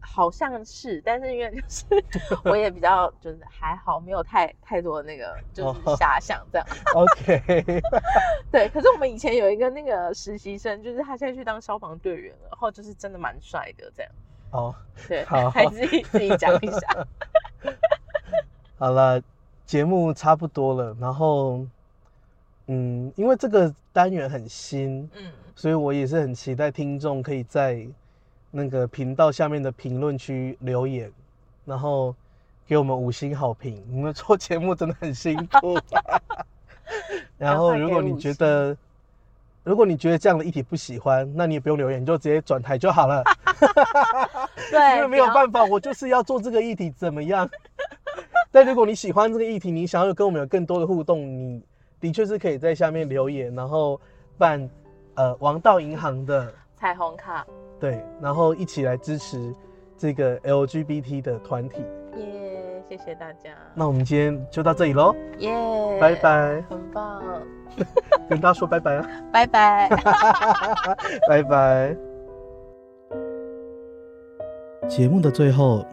Speaker 2: 好像是，但是因为就是 我也比较就是还好，没有太太多那个就是
Speaker 1: 哦
Speaker 2: 遐想这样。
Speaker 1: OK，
Speaker 2: 对，可是我们以前有一个那个实习生，就是他现在去当消防队员了，然后就是真的蛮帅的这样。
Speaker 1: 好，
Speaker 2: 对，
Speaker 1: 好
Speaker 2: 还自己自己讲 一下。
Speaker 1: 好了，节目差不多了。然后，嗯，因为这个单元很新，
Speaker 2: 嗯，
Speaker 1: 所以我也是很期待听众可以在那个频道下面的评论区留言，然后给我们五星好评。我们做节目真的很辛 苦。然后，如果你觉得，如果你觉得这样的议题不喜欢，那你也不用留言，你就直接转台就好了。因为
Speaker 2: 对，
Speaker 1: 没有
Speaker 2: 哎不要
Speaker 1: 办法，我就是要做这个议题，怎么样？但如果你喜欢这个议题，你想要跟我们有更多的互动，你的确是可以在下面留言，然后办呃王道银行的
Speaker 2: 彩虹卡
Speaker 1: 对，然后一起来支持这个 LGBT 的团体。
Speaker 2: 耶，谢谢大家，
Speaker 1: 那我们今天就到这里喽，
Speaker 2: 耶，
Speaker 1: 拜，拜，
Speaker 2: 很棒，
Speaker 1: 跟大家说拜拜啊，
Speaker 2: 拜拜。
Speaker 1: 拜拜。节目的最后，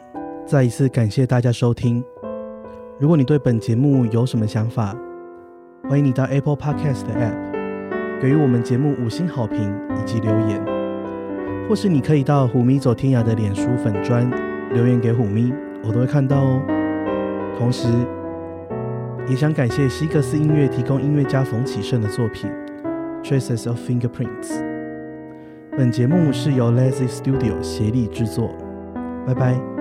Speaker 1: 再一次感谢大家收听。如果你对本节目有什么想法，欢迎你到 Apple Podcast 的 App 给予我们节目五星好评以及留言，或是你可以到虎咪走天涯的脸书粉砖留言给虎咪，我都会看到哦。同时，也想感谢西格斯音乐提供音乐家冯启胜的作品《Traces of Fingerprints》。本节目是由 Lazy Studio 协力制作，拜拜。